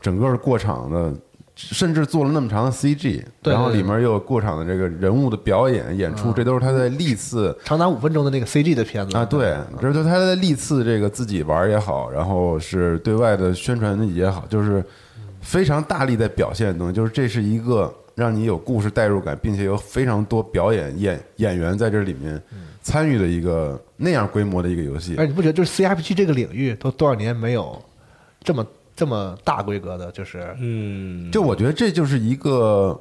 整个过场的。甚至做了那么长的 CG，
对嗯
然后里
对
面又有过场的这个人物的表演、演出，这都是他在历次
长达五分钟的那个 CG 的片子
啊，对，这就他在历次这个自己玩儿也好，然后是对外的宣传也好，就是非常大力在表现的东西，就是这是一个让你有故事代入感，并且有非常多表演演演员在这里面
嗯
参与的一个那样规模的一个游戏
而。你不觉得就是 CRPG 这个领域都多少年没有这么这么大规格的，就是
嗯，
就我觉得这就是一个，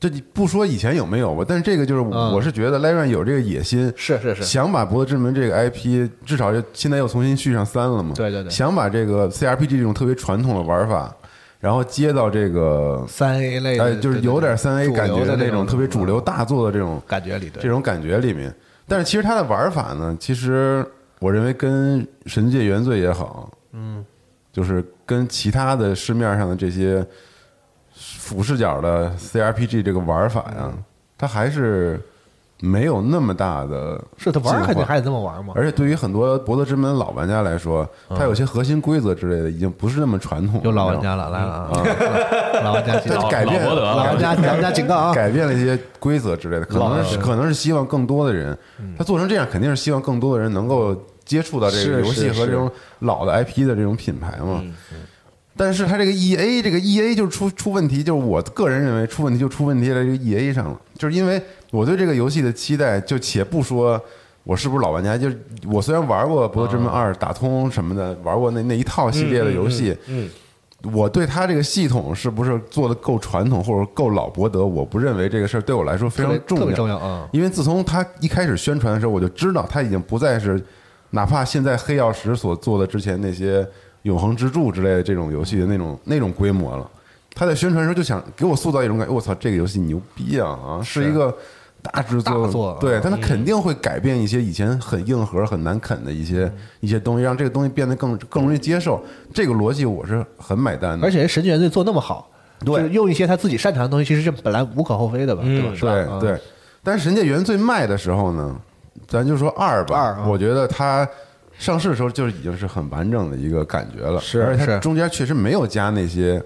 这你不说以前有没有吧，但是这个就是
嗯
我是觉得 l a r e n 有这个野心，
是是是，
想把《博德之门》这个 IP，至少就现在又重新续上三了嘛。
对对对
想把这个 CRPG 这种特别传统的玩法，然后接到这个，
三 A 类的，
哎，就是有点三 A
主流
感觉
的嗯
那种特别主流大作的这种
感觉里，对，
这种感觉里面。但是其实它的玩法呢，其实我认为跟《神界原罪》也好，嗯，就是跟其他的市面上的这些俯视角的 CRPG 这个玩法呀，
嗯
它还是没有那么大的
是他玩儿
进
肯定
化
还得这么玩儿嘛，
而且对于很多《博德之门》老玩家来说，它有些核心规则之类的已经不是那么传统了。
有老玩
你
家了，来了 啊，老玩家进
知
来
道吗，它改变
老伯德
老玩家，老玩家警告啊！
改变了一些规则之类的，可能是可能是希望更多的人，他做成这样肯定是希望更多的人能够接触到这个
嗯是
游戏
是
和这种老的 IP 的这种品牌嘛。但是它这个 E A 这个 E A 就是出出问题，就是我个人认为出问题就出问题在这个 E A 上了，就是因为我对这个游戏的期待，就且不说我是不是老玩家，就是我虽然玩过《博德之门二》打通什么的，玩过那那一套系列的游戏，
嗯，
我对他这个系统是不是做的够传统或者够老伯德，我不认为这个事儿对我来说非
特别
常重
特别
要。
重要啊！
因为自从他一开始宣传的时候，我就知道他已经不再是，哪怕现在黑曜石所做的之前那些永恒之柱之类的这种游戏的那种那种规模了。他在宣传的时候就想给我塑造一种感觉，我操，这个游戏牛逼啊啊，是一个大制作，
大作啊嗯
对，但他肯定会改变一些以前很硬核、很难啃的一些
嗯
一些东西，让这个东西变得更更容易接受。这个逻辑我是很买单的，
而且人神经元队做那么好，就是用一些他自己擅长的东西，其实是本来无可厚非的吧，对吧？是吧？嗯
对对，但是《神界原罪》卖的时候呢，咱就说二吧，
二啊
我觉得它上市的时候就是已经是很完整的一个感觉了，
是
而且它
是
中间确实没有加那些。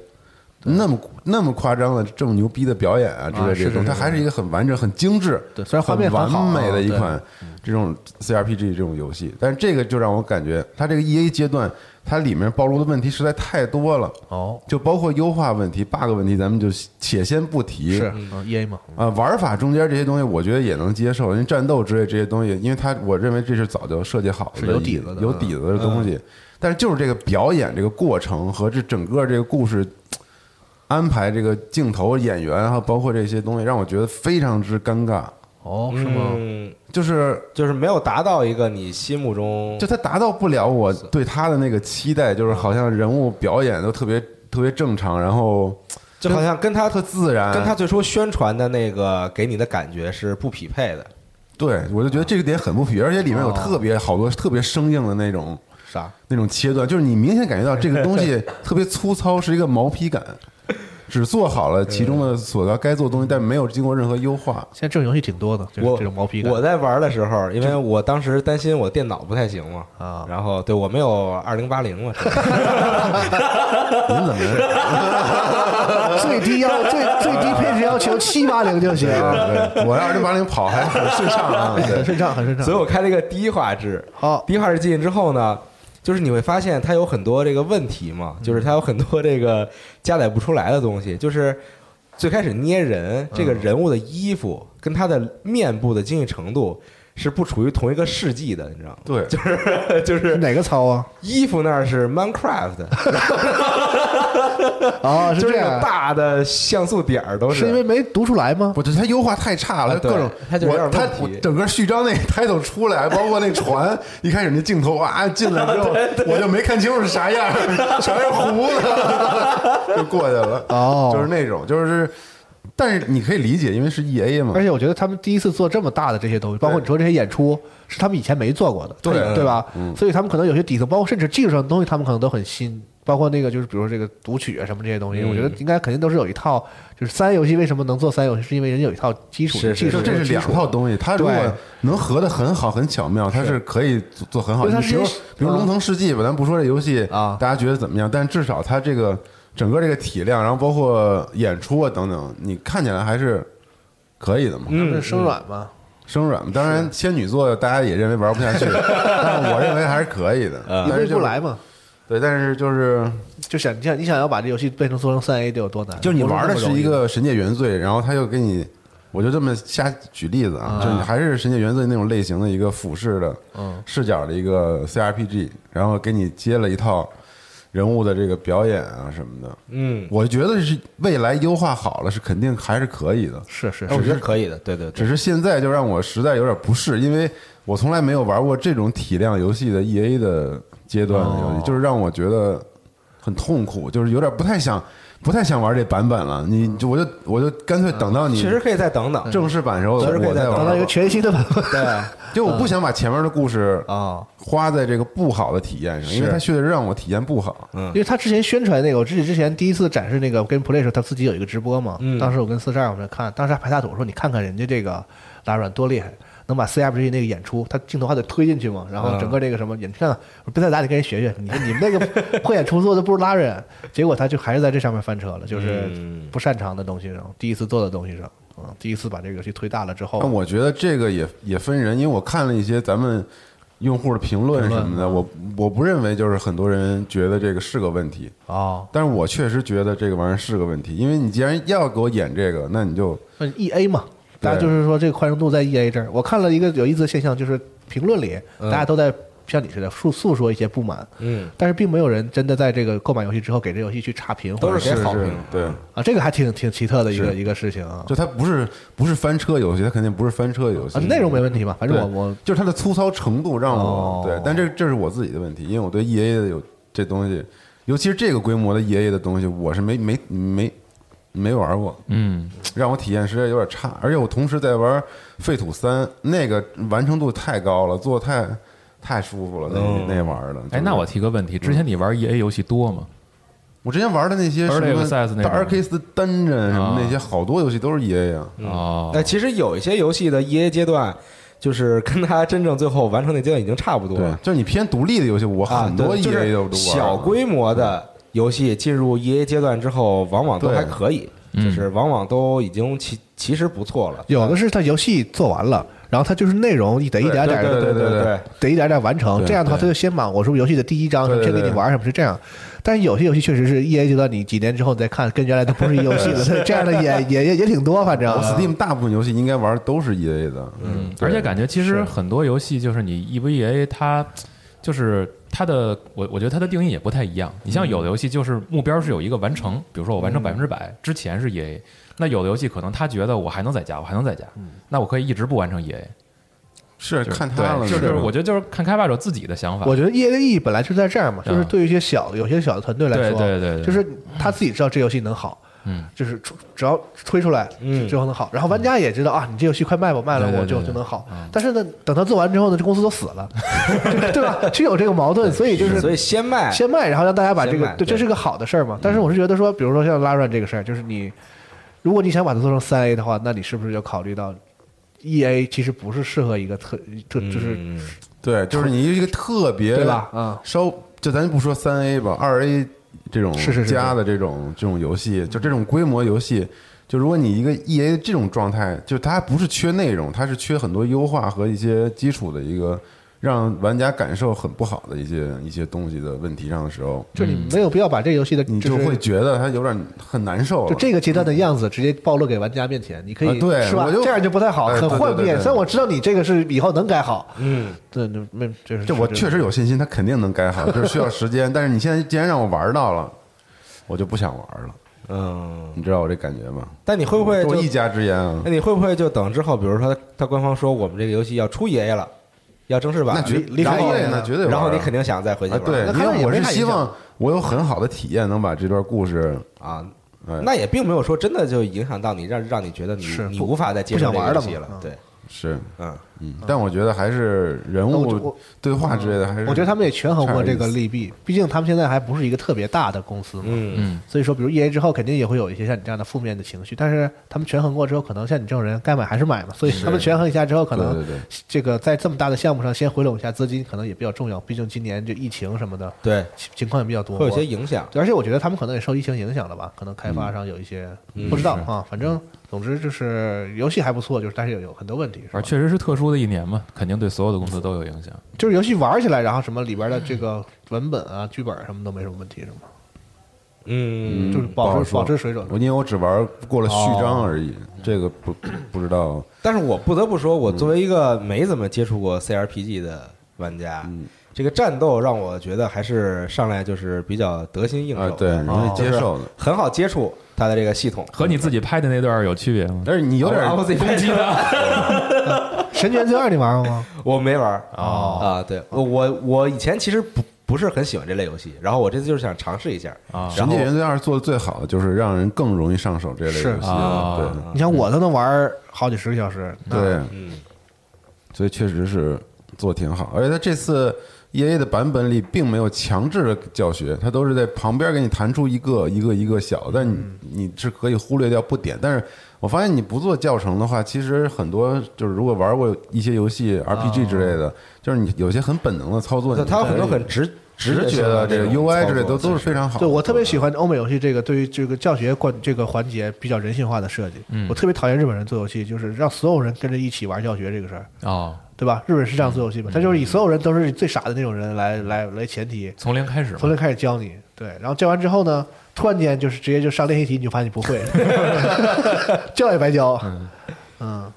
那么那么夸张的这么牛逼的表演啊之类
啊
的
是
这种，
是
它
是
还是一个很完整、很精致、
对虽然画面
很
很好啊嗯
完美的一
对
款这种 CRPG 这种游戏，但是这个就让我感觉它这个 EA 阶段它里面暴露的问题实在太多了，
哦，
就包括优化问题、bug 问题，咱们就且先不提，
是嗯，E A 嘛，
啊，玩法中间这些东西，我觉得也能接受，因为战斗之类这些东西，因为它我认为这是早就设计好的，
是有底子的嗯
有底子的东西。但是就是这个表演这个过程和这整个这个故事安排，这个镜头、演员和包括这些东西，让我觉得非常之尴尬。
哦，是吗？
嗯，
就是
就是没有达到一个你心目中
就他达到不了我对他的那个期待，就是好像人物表演都特
嗯
别特别正常，然后
就好像跟他
特自然，
跟他最初宣传的那个给你的感觉是不匹配的。
对，我就觉得这个点很不匹配，而且里面
哦
有特别好多特别生硬的那种
啥？
那种切断，就是你明显感觉到这个 东西特别粗糙，是一个毛坯感，只做好了其中的所要该做
嗯
的东西，但没有经过任何 优化。
现在这种游戏挺多的，就是
我
这种毛坯感。
我 在玩的时候，因为我当时担心我电脑不太行嘛，
啊
然后对我没有二零八零嘛，是 吧
您怎么？
最低要最最低配置要求七八零就行
对对对，我要二零八零跑还很顺畅 啊。
很
对
顺畅，很顺畅。
所以我开了一个低画质。
好
低画质进去之后呢，就是你会发现它有很多这个问题嘛，就是
嗯
它有很多这个加载不出来的东西，就是最开始捏人，这
嗯
个人物的衣服跟他的面部的精细程度。是不处于同一个世纪的，你知道吗？
对
就是 就是
哪个操啊？
衣服那儿是 Minecraft，
啊，是
就是
这
那
样
个
啊，
大的像素点儿都
是因为没读出来吗？
不是，它优化太差了，
啊对
各种
它就是有
我
点
它
问题
我整个序章那 title 出来，包括那船一开始那镜头啊进来之后，我就没看清楚是啥样， 全是糊的， 就过去了。
哦
就是那种，就是，但是你可以理解，因为是 E A 嘛
而，且我觉得他们第一次做这么大的这些东西，包括你说这些演出，是他们以前没做过的，
对嗯
他对吧？所以他们可能有些底层，包括甚至技术上的东西，他们可能都很新。包括那个就是，比如说这个读取啊什么这些东西，我觉
嗯
得应该肯定都是有一套。就是三 A 游戏为什么能做三 A 游戏，是因为人家有一套基础
是
的
是
技
就
术和基础，
这是两套东西，它如果
对
能合的很好、很巧妙，它是可以做做很好。
因为
你
它
比如
是一
比如《龙腾世纪》吧，咱不说这游戏
啊
大家觉得怎么样？但至少它这个整个这个体量，然后包括演出啊等等，你看起来还是可以的嘛，
他们是生软嘛。
生软嘛。当然，仙女座大家也认为玩不下 去，但是我认为还是可以的。
你
但是
背
就
不来嘛？
对，但是就是
就想你想你想要把这游戏变成做成三 A 得有多难？
就是你
不
玩的
那么
是
容易
一个《神界原罪》，然后他又给你，我就这么瞎举例子啊，就是你还是《神界原罪》那种类型的一个俯视的、
嗯
视角的一个 CRPG，然后给你接了一套人物的这个表演啊什么的。
嗯，
我觉得是未来优化好了，是肯定还是可以的，
是是
哎
我
是
觉得可以的，对对对
只是现在就让我实在有点不适，因为我从来没有玩过这种体量游戏的 EA 的阶段的
哦
游戏，就是让我觉得很痛苦，就是有点不太想不太想玩这版本了。你就我就我就干脆等到你
嗯其实可以再等等，
正式版的时候
其实可以
我
再
再
等嗯
等
玩
到一个，全新的版本。
对，
就我不想把前面的故事
哦
啊，
花在这个不好的体验上，因为它确实让我体验不好。
嗯
因为他之前宣传那个，我自己之前第一次展示那个跟 Play 的时候，他自己有一个直播嘛。当时我跟四十二我们看，当时还拍大腿我说：“你看看人家这个拉软多厉害，能把 CRPG 那个演出，他镜头还得推进去嘛。然后整个这个什么演，你看看，我别在哪里跟人学学，你看你们那个破演出做的不如拉人。”结果他就还是在这上面翻车了，就是不擅长的东西上，第一次做的东西上，嗯，第一次把这个游戏推大了之后，
但我觉得这个也也分人，因为我看了一些咱们用户的评论什么的，
嗯
我我不认为就是很多人觉得这个是个问题。
哦，
但是我确实觉得这个玩意儿是个问题，因为你既然要给我演这个，那你就
那 E A 嘛，
对
大家就是说这个宽容度在 E A 这儿。我看了一个有意思的现象，就是评论里大家都在像你似的诉诉说一些不满，
嗯，
但是并没有人真的在这个购买游戏之后给这游戏去差评，
都
或者
是给好
是
评，
对，
嗯
啊，这个还挺挺奇特的一个
是
一个事情啊。
就它不是不是翻车游戏，它肯定不是翻车游戏
啊，，内容没问题吧？反正我
对
我
就是它的粗糙程度让我、
哦
对，但这这是我自己的问题，因为我对 E A 的有这东西，尤其是这个规模的 E A 的东西，我是没没没没玩过，
嗯，
让我体验实在有点差，而且我同时在玩《废土三》，那个完成度太高了，做得太太舒服了，那、那玩意儿的。就
哎，
是
那我提个问题，之前你玩 E A 游戏多吗？
我之前玩的那啊些什
Early
么
Access 那种
Darkest Dungeon 什么那些，好多游戏都是 EA 啊。
哦
呃那，其实有一些游戏的 EA 阶段，就是跟它真正最后完成那阶段已经差不多
对
了，
就是你偏独立的游戏，我
啊。
很多
对就
EA 都
是
都玩。
小规模的游戏进入 EA 阶段之后，往往都
嗯对嗯
还可以，就是往往都已经其其实不错了。
有的是他游戏做完了，然后他就是内容得一点点
对
儿
对对对，
得一点点完成。
对
这样的话，他就先把我是不是游戏的第一章
对对
先给你
对
玩什么是这样。但是有些游戏确实是 E A 阶段，你几年之后你再看，跟原来它不是一游戏了。这样的也 也也也挺多，反正
我 Steam 大部分游戏应该玩的都是 EA 的，
嗯，而且感觉其实很多游戏就是你 E V E A 它就是它的我我觉得它的定义也不太一样。你像有的游戏就是目标是有一个完成，比如说我完成百分之百之前是 E A，那有的游戏可能他觉得我还能再加，我还能再加，那我可以一直不完成 E A。
是看他了。
对，就是
吧
我觉得就是看开发者自己的想法。
我觉得 E A 的意义本来就是在这儿嘛，就是
嗯
对于一些小有些小的团队来
对
说，
对对对，
就是他自己知道这游戏能好，
嗯，
就是出只要推出来，
嗯
之后能好。然后玩家也知道啊，你这游戏快卖吧，卖了
对对
我
对
就
对
就能好
嗯。
但是呢，等他做完之后呢，这公司都死了， 对吧？就有这个矛盾，所以就是
所以先
哎
卖，
先卖，然后让大家把这
先
个
卖，
对，这
对
是个好的事儿
嗯
嘛。但是我是觉得说，比如说像拉软这个事儿，就是你，如果你想把它做成三 A 的话，那你是不是要考虑到 E A 其实不是适合一个特特就是
嗯
对，就是你一个特别
对吧嗯
稍就咱不说三 A 吧，二 A 这种
是是是
加的这种这种游戏，就这种规模游戏，就如果你一个 E A 这种状态，就它不是缺内容，它是缺很多优化和一些基础的一个让玩家感受很不好的一些一些东西的问题上的时候，
就是你没有必要把这个游戏的
嗯你就是会觉得它有点很难受
就
了。
这个阶段的样子直接暴露给玩家面前，你可以
啊对
是吧
我？就
这样就不太好，
哎对
很
对
幻
对
变。
对
虽然我知道你这个是以后能改好，
嗯，
对，就没就是
这我确实有信心，它肯定能改好，就是需要时间。但是你现在既然让我玩到了，我就不想玩了，
嗯，
你知道我这感觉吗？
但你会不会
这
就
我一家之言啊
那？你会不会就等之后，比如说他官方说我们这个游戏要出 EA 了，要正式版
那
了，
绝离
然
开
后
EA 那绝对玩
然后
啊
你肯定想再回去
啊，
玩，
对，
那
因
看来
为
也
我
没
是
啥
希
影响
望我有很好的体验，能把这段故事，
啊
哎。
那也并没有说真的就影响到你，让让你觉得你
是
你
不
无法再接受这
不想
个游
玩
戏
了嘛
了，对，
是，
嗯，
嗯，但我觉得还是人
那我就
物
我
对话之类的，还是
我觉得他们也权衡过这
差
个
点意思
利弊，毕竟他们现在还不是一个特别大的公司嘛。
嗯
所以说，比如 E A 之后肯定也会有一些像你这样的负面的情绪，但是他们权衡过之后，可能像你这种人该买还是买嘛。所以他们权衡一下之后，可能
对对对
这个在这么大的项目上先回笼一下资金，可能也比较重要。毕竟今年这疫情什么的
对，
情情况也比较多，
会有些影响，
对而且我觉得他们可能也受疫情影响了吧，可能开发上有一些、不知道啊，反正总之就是游戏还不错，就是但是有有很多问题，是
而
吧？
确实是特殊的一年嘛，肯定对所有的公司都有影响。
就是游戏玩起来，然后什么里边的这个文本啊、剧本什么都没什么问题，是吗？
嗯，
就是
不好
保持
说
保持水准。
我因为我只玩过了序
哦
章而已，这个不不知道，
但是我不得不说，我作为一个没怎么接触过 CRPG 的玩家，这个战斗让我觉得还是上来就是比较得心应手
啊，
的，
对，容易接受的。
很好接触它的这个系统。
和你自己拍的那段有区别吗？
但是你有点
啊我 自己攻击的，
神权罪二你玩过吗？
我没玩儿啊，对我我我以前其实不不是很喜欢这类游戏，然后我这次就是想尝试一下
啊
《
然
哦神
后
界原罪二》做的最好的就是让人更容易上手这类
是
游戏
啊
了，
你像我都能玩好几十个小时，
对
那
对，
嗯
所以确实是做挺好。而且它这次 E A 的版本里并没有强制的教学，它都是在旁边给你弹出一个一个一个小，但你你是可以忽略掉不点。但是我发现你不做教程的话，其实很多就是如果玩过一些游戏 R P G 之类的，就是你有些很本能的操作，
它有很多
你可以
很直
直觉
性的
的这个
种
U I 之类
操
都
作
都是非常好的。
对我特别喜欢欧美游戏这个对于这个教学关这个环节比较人性化的设计。
嗯
我特别讨厌日本人做游戏，就是让所有人跟着一起玩教学这个事儿，
哦，
对吧？日本是这样做游戏嘛，
嗯
他就是以所有人都是最傻的那种人来来来前提，
从零开始嘛，
从零开始教你。对，然后教完之后呢，突然间就是直接就上练习题，你就发现你不会， 教也白教。嗯，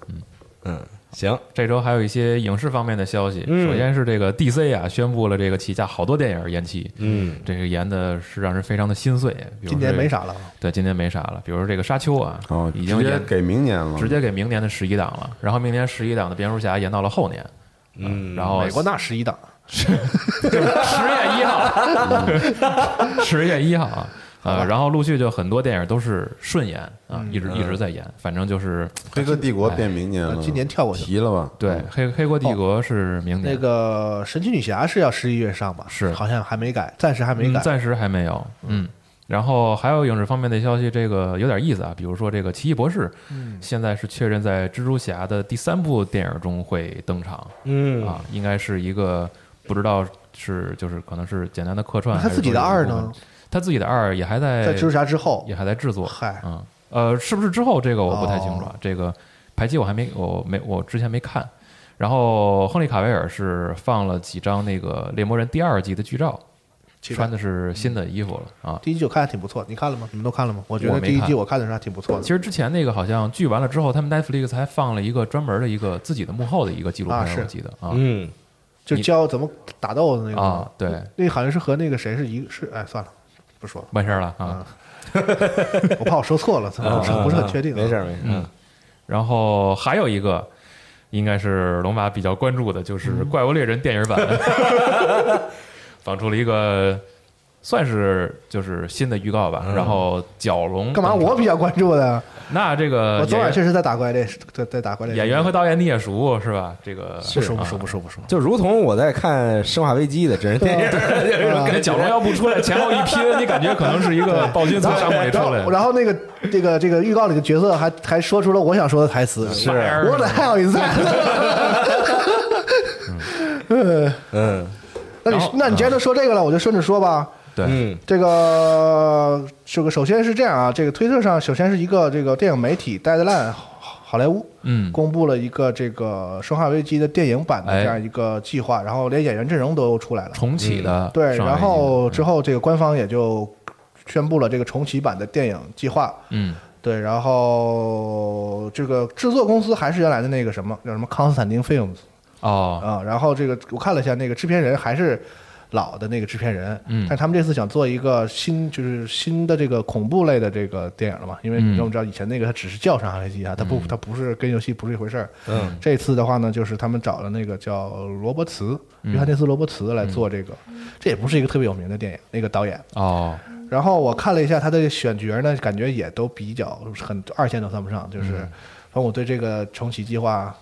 嗯行
这周还有一些影视方面的消息，
嗯
首先是这个 DC 啊宣布了这个旗下好多电影延期，
嗯
这个延的是让人非常的心碎。比如说
今年
这个
没，啥了。
对，今年没啥了。比如说这个《沙丘》啊，
哦，
已
直
经
接
延
给明年了，
直接给明年的十一档了，然后明年十一档的《蝙蝠侠》延到了后年，啊
嗯，
然后
美国那十一档，
十月一号， 十月 一号啊，呃，然后陆续就很多电影都是顺延
嗯
啊，一直一直在延，反正就是
黑客帝国变明年了，
今年跳过去了。
提了吧？
对《黑黑国帝国》是明年
哦那个神奇女侠是要十一月上吧？
嗯是
好像还没改，暂时还没
嗯
改。
暂时还没有。嗯，然后还有影视方面的消息，这个有点意思啊，比如说这个《奇异博士》，
嗯
现在是确认在蜘蛛侠的第三部电影中会登场、
嗯
啊，应该是一个不知道是就是可能是简单的客串，
那他自己的
啊还是
二
说有部
呢
分？？他自己的二也还在
在蜘蛛侠之后
也，还在制作，
嗨
嗯，呃，是不是之后这个我不太清楚啊，
哦
这个排期我还没我没我之前没看。然后，亨利·卡维尔是放了几张那个《猎魔人》第二季的剧照，
期待
穿的是新的衣服了啊。
第一季我看还挺不错，你看了吗？你们都看了吗？我觉
我
得
没
第一
看
季我看的时候还挺不错
其
的。
实之前那个好像剧完了之后，他们 Netflix 还放了一个专门的一个自己的幕后的一个纪录片，
啊是
我记得啊
嗯
就教怎么打斗的那个
啊，对，
那好像是和那个谁是一个是哎算了，不说了，
完事儿了
嗯
啊。
我怕我说错了，我
啊
不是很
啊
确定啊。
没事儿没事儿，嗯
然后还有一个，应该是龙马比较
嗯
关注的，就是《怪物猎人》电影版，放出了一个算是就是新的预告吧。
嗯
然后角龙
干嘛？
登场
我比较关注 的，
那这个
我昨晚
呃演
确实在打怪这，在在打怪这。啊
演员和导演你也熟是吧？这个
不熟
啊
不熟不熟不熟，
就如同我在看《生化危机》的真人电影，
啊
就是
感觉角龙要不出 来前后一拼，你感觉可能是一个暴君从沙漠里出
然
来
后，。然后那个这个这个预告里的角色还还说出了我想说的台词，
哪儿啊
我的 hell is that？
嗯
那
然
你
后啊
那你既然都说这个了，我就顺着说吧。
对，
嗯
这个这个首先是这样啊，这个推特上首先是一个这个电影媒体 Deadline 好好莱坞，
嗯
公布了一个这个《生化危机》的电影版的
哎
这样一个计划，然后连演员阵容都出来了。
重启的
嗯对，
上海
然后之后这个官方也就宣布了这个重启版的电影计划。
嗯
对，然后这个制作公司还是原来的那个什么叫什么康斯坦丁 Films
哦
啊、然后这个我看了一下，那个制片人还是老的那个制片人，
嗯
但他们这次想做一个新，就是新的这个恐怖类的这个电影了嘛，因为
嗯
你知道我们知道以前那个它只是叫《生化危机》啊，它不它不是跟游戏不是一回事儿，
嗯
这次的话呢，就是他们找了那个叫罗伯茨，约翰内斯·罗伯茨来做这个，这也不是一个特别有名的电影，那个导演。
嗯哦
然后我看了一下他的选角呢，感觉也都比较很二线都算不上，就是
嗯
反正我对这个重启计划。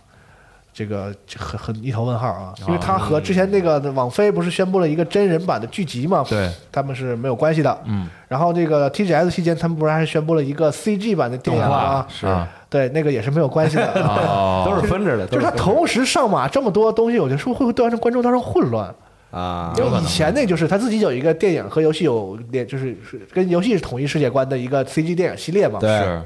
这个很很一头问号啊，因为他和之前那个网飞不是宣布了一个真人版的剧集嘛，
对，
他们是没有关系的。
嗯，
然后这个 TGS 期间，他们不是还宣布了一个 CG 版的电影
动画
啊，
是啊
对，那个也是没有关系的。啊
哦，
都是分着的，
就是
他
它同时上马这么多东西，我觉得是不是会会让观众造成混乱？
啊
因为以前那就是他自己有一个电影和游戏有连，就是是跟游戏是统一世界观的一个 CG 电影系列嘛，
对
是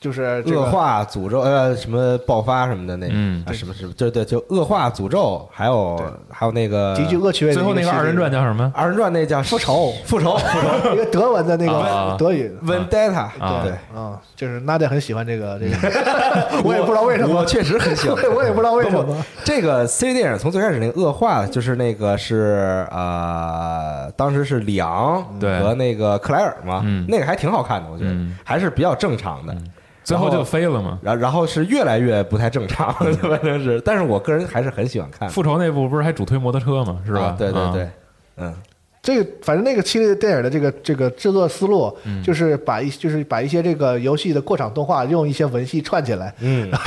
就是这
恶
个
化诅咒呃什么爆发什么的那
嗯
啊什么什么对对就恶化诅咒，还有还有那个
极具恶趣味的
最后
一
那个
系列
二人转，叫什么？
二人转那叫复仇复仇复仇
一个德文的那
啊
个德语
vendetta
啊
对，
啊，就是娜姐很喜欢这个这个， 我也不知道为什么，
我确实很
，
喜欢
我也不知道为什么
不。这个 C 电影从最开始那个恶化，就是那个是呃，当时是里昂
对
和那个克莱尔嘛，
嗯
那个还挺好看的，我觉得、
嗯
还是比较正常的。
最后就飞了嘛。
然然后是越来越不太正常， 反正是，但是我个人还是很喜欢看的，
复仇那部不是还主推摩托车嘛，是吧
啊？对对
嗯
对，，嗯，
这个反正那个系列电影的这个这个制作思路，就是把一就是把一些这个游戏的过场动画用一些文戏串起来，嗯， 哦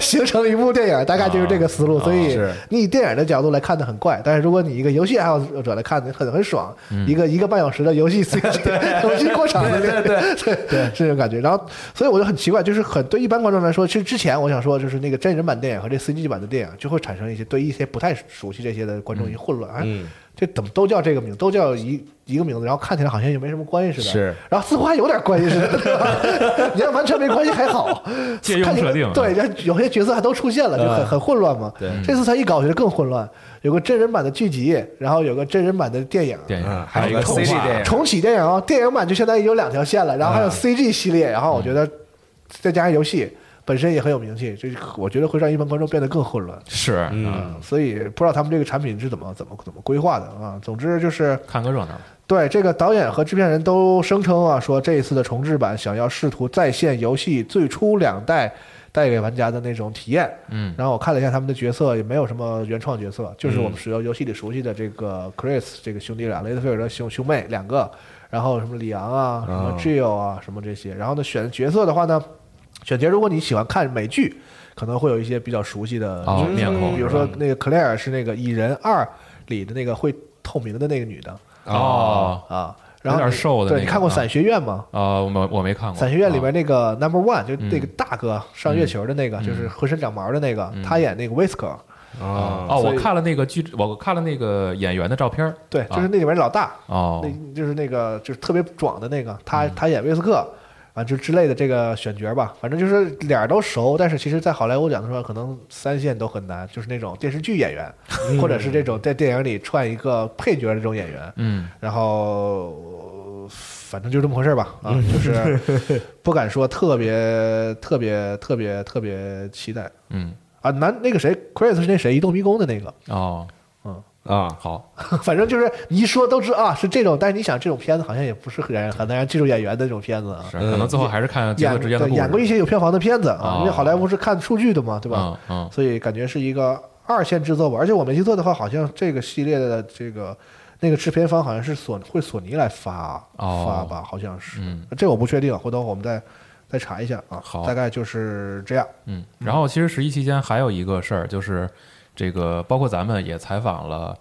形成一部电影，大概就是这个思路。
啊
所以
是
你以电影的角度来看的很怪，但是如果你一个游戏爱好者来看，很很爽，一个一个半小时的游戏 游戏过场的那个， 对对是这种感觉。然后，所以我就很奇怪，就是很对一般观众来说，其实之前我想说，就是那个真人版电影和这 CG 版的电影就会产生一些对一些不太熟悉这些的观众一混乱，哎
嗯
这怎么都叫这个名，都叫一一个名字，然后看起来好像也没什么关系似的，
是，
然后似乎还有点关系似的，对吧你要完全没关系还好，
借用
看起来
设定
对，然后有些角色还都出现了，就很很混乱嘛。
对
这次他一搞，我觉得更混乱，有个真人版的剧集，然后有个真人版的电影。
电影
嗯
还有一
还有
个
个
动
CG
画
电影
重启电影哦，电影版就相当于有两条线了，然后还有 CG 系列，然后我觉得再加上游戏本身也很有名气，这我觉得会让一般观众变得更混乱。
是嗯，
嗯，所以不知道他们这个产品是怎么怎么怎么规划的啊。总之就是
看个热闹。
对这个导演和制片人都声称啊，说这一次的重制版想要试图再现游戏最初两代带给玩家的那种体验。
嗯
然后我看了一下他们的角色，也没有什么原创角色，就是我们使用游戏里熟悉的这个 Chris 这个兄弟俩，雷德菲尔的兄兄妹两个，然后什么里昂啊，什么 Jill 啊，什么这些。然后呢，选角色的话呢，选角如果你喜欢看美剧，可能会有一些比较熟悉的
哦
嗯
面孔
比如
是吧
说那个 Claire 是那个《蚁人二》里的那个会透明的那个女的。
哦，
啊，然后
有点瘦的那
对，
个
你看过
啊
《伞学院》吗？
呃，我没我没看过。
《伞学院》里
啊嗯
边那个 Number One，就那个大哥上月球的那个，就是浑身长毛的那个，他演那个 Whisker，
啊，
哦，
所
我
以
看了那个剧，我看了那个演员的照片儿。
对，就是那里边老大，
哦，嗯
那就是那个就是特别壮的那个，他他演威斯克。啊，就之类的这个选角吧，反正就是脸儿都熟，但是其实，在好莱坞讲的话，可能三线都很难，就是那种电视剧演员，或者是这种在电影里串一个配角的这种演员，
嗯，
然后呃反正就这么回事儿吧，啊， 就是不敢说特别特别特别特别期待
嗯，
啊。男那个谁，Chris 是那谁，《移动迷宫》的那个，
哦，
啊，
好，
反正就是你一说都知啊是这种，但是你想这种片子好像也不是很难很难让记住演员的这种片子啊。
是，
嗯
可能最后还是看角色
演
之间的
对
故
演过一
事。
些有票房的片子啊
哦，
因为好莱坞是看数据的嘛，对吧？
嗯嗯
所以感觉是一个二线制作吧。而且我没记错的话，好像这个系列的这个那个制片方好像是索会索尼来发
哦
发吧，好像是
嗯，
这我不确定，回头我们再再查一下啊。
好
大概就是这样。
嗯，然后其实十一期间还有一个事儿，就是这个包括咱们也采访了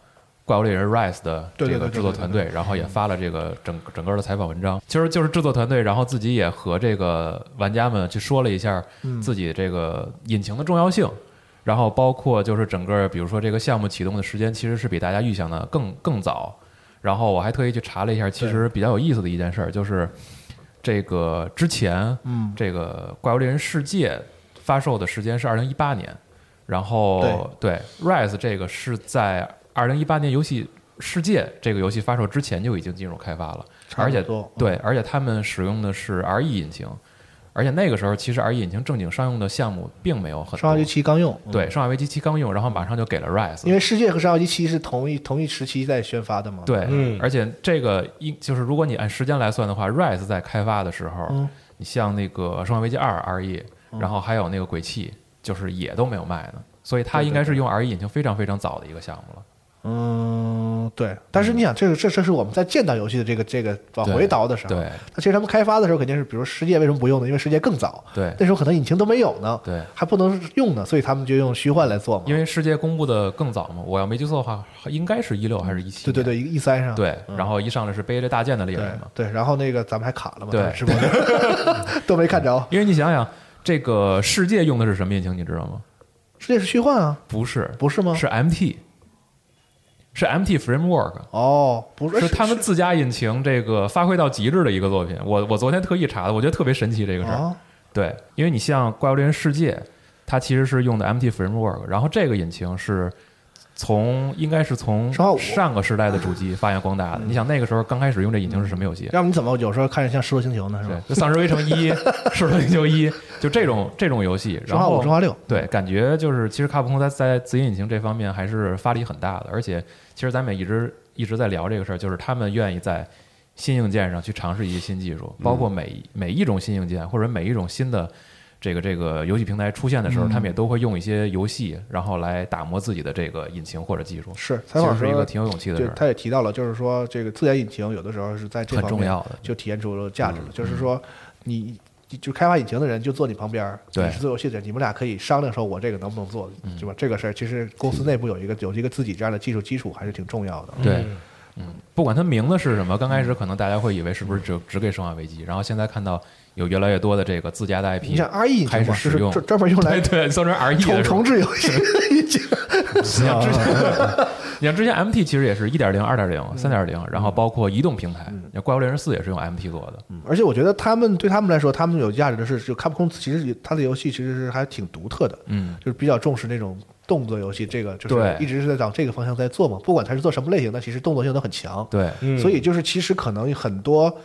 《怪物猎人 Rise》的这
对对对嗯
个
对
制作
对对
团队，然后也发了这个整整个的采访文章。其实就是制作团队，然后自己也和这个玩家们去说了一下
嗯
自己这个引擎的重要性，然后包括就是整个比如说这个项目启动的时间，其实是比大家预想的更更早。然后我还特意去查了一下，其实比较有意思的一件事儿就是。这个之前，
嗯
这个《怪物猎人世界》发售的时间是二零一八年，然后对 Rise 这个是在二零一八年游戏世界这个游戏发售之前就已经进入开发了，
差
而
不
且
多嗯
对，而且他们使用的是 RE 引擎，而且那个时候其实 RE 引擎正经商用的项目并没有很
上
多
学，期刚用，嗯，
对，上海危机七刚用，然后马上就给了 Rise，
因为世界和上学期是同一同一时期在宣发的嘛。
对，
嗯
而且这个一就是如果你按时间来算的话，Rise 在开发的时候，
嗯
你像那个《生化危机二》RE，然后还有那个《鬼泣》，就是也都没有卖呢，所以它应该是用 RE 引擎非常非常早的一个项目了。
嗯，对。但是你想，这是这这是我们在见到游戏的这个这个往
对
回倒的时候，
对
那其实他们开发的时候肯定是，比如世界为什么不用呢？因为世界更早，
对
那时候可能引擎都没有呢，
对
还不能用呢，所以他们就用虚幻来做嘛。
因为世界公布的更早嘛，我要没记错的话，应该是一六还是一七？
对对对，E 三上
对，然后一上来是背着大剑的猎
对
人嘛，
对，然后那个咱们还卡了嘛，
对
当时直 播间都没看着，
因为你想想，这个世界用的是什么引擎，你知道吗？
世界是虚幻啊，
不是，
不是吗？
是 MT，是 MT Framework。
哦，不是
是他们自家引擎这个发挥到极致的一个作品。我我昨天特意查的，我觉得特别神奇这个事儿。
啊，
对，因为你像《怪物猎人世界》，它其实是用的 MT Framework，然后这个引擎是从应该是从
生化五嗯
上个时代的主机发扬光大的。你想那个时候刚开始用这引擎是什么游戏？
要不你怎么有时候看着像《失落星球》呢？是
对
吧？，
就《丧尸围城一》 《是灵球一》，就这种这种游戏。然
生化
后
五、生化六，
对，感觉就是其实卡普空在在自营引擎这方面还是发力很大的，而且其实咱们也一直一直在聊这个事儿，就是他们愿意在新硬件上去尝试一些新技术，
嗯
包括每一每一种新硬件或者每一种新的这个这个游戏平台出现的时候，
嗯
他们也都会用一些游戏，然后来打磨自己的这个引擎或者技术。
是
其
采访
实
时
是一
候
个挺有勇气的
就
事儿。
他也提到了，就是说这个自研引擎有的时候是在这
很
方
重
面
要的嗯
就体现出了价值了。就是说你，你就开发引擎的人就坐你旁边儿，
对嗯
你是做游戏的人，你们俩可以商量说，我这个能不能做，对吧？这个事儿其实公司内部有一个有一个自己这样的技术基础还是挺重要的。
对，嗯，不管它名字是什么，刚开
嗯
始可能大家会以为是不是只只给《生化危机》，然后现在看到有越来越多的这个自家的 IP，
你像 R E 引擎
开始
嘛，就
使
是
用
专专门用来
对对，算成 R E
重
的是吧
重啊置游戏的 引擎。
你像之前， 你像之前 M T 其实也是一点零、二点
嗯
零、三点零，然后包括移动平台，像《怪物猎人四》也是用 M T 做的。
而且我觉得他们对他们来说，他们有价值的是，就 Capcom 其实他的游戏其实是还挺独特的，
嗯，
就是比较重视那种动作游戏，这个就是
对
一直是在往这个方向在做嘛。不管他是做什么类型的，其实动作性都很强。
对，嗯
所以就是其实可能很多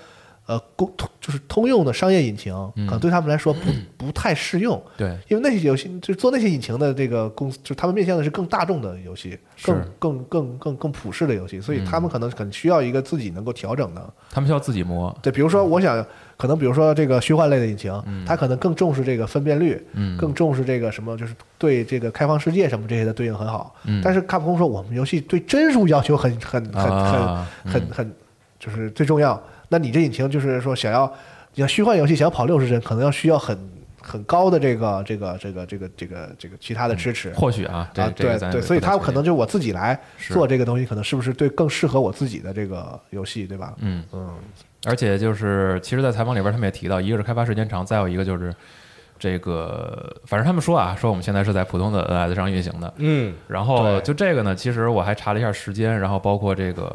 呃公通就是通用的商业引擎，可能对他们来说 不不太适用。
嗯对
因为那些游戏就是做那些引擎的这个公司，就是他们面向的是更大众的游戏，更
是嗯
更更更更普世的游戏，所以他们可能很需要一个自己能够调整的。
他们需要自己磨。
对，比如说，我想可能，比如说这个虚幻类的引擎，它可能更重视这个分辨率，
嗯
更重视这个什么，就是对这个开放世界什么这些的对应很好。
嗯
但是卡普空说，我们游戏对帧数要求很很很很、
啊
很很，就是最重要。那你这引擎就是说，想要你像虚幻游戏想要跑六十帧，可能要需要很很高的这个这个这个这个这个这个其他的支持。
或许啊，这
啊，
这
对
个咱也
对，
不
所以
太
他
确
可
定
能就我自己来
是
做这个东西，可能是不是对更适合我自己的这个游戏，对吧？
嗯
嗯，
而且就是，其实，在采访里边他们也提到，一个是开发时间长，再有一个就是这个，反正他们说啊，说我们现在是在普通的 NS 上运行的，
嗯，
然后
对
就这个呢，其实我还查了一下时间，然后包括这个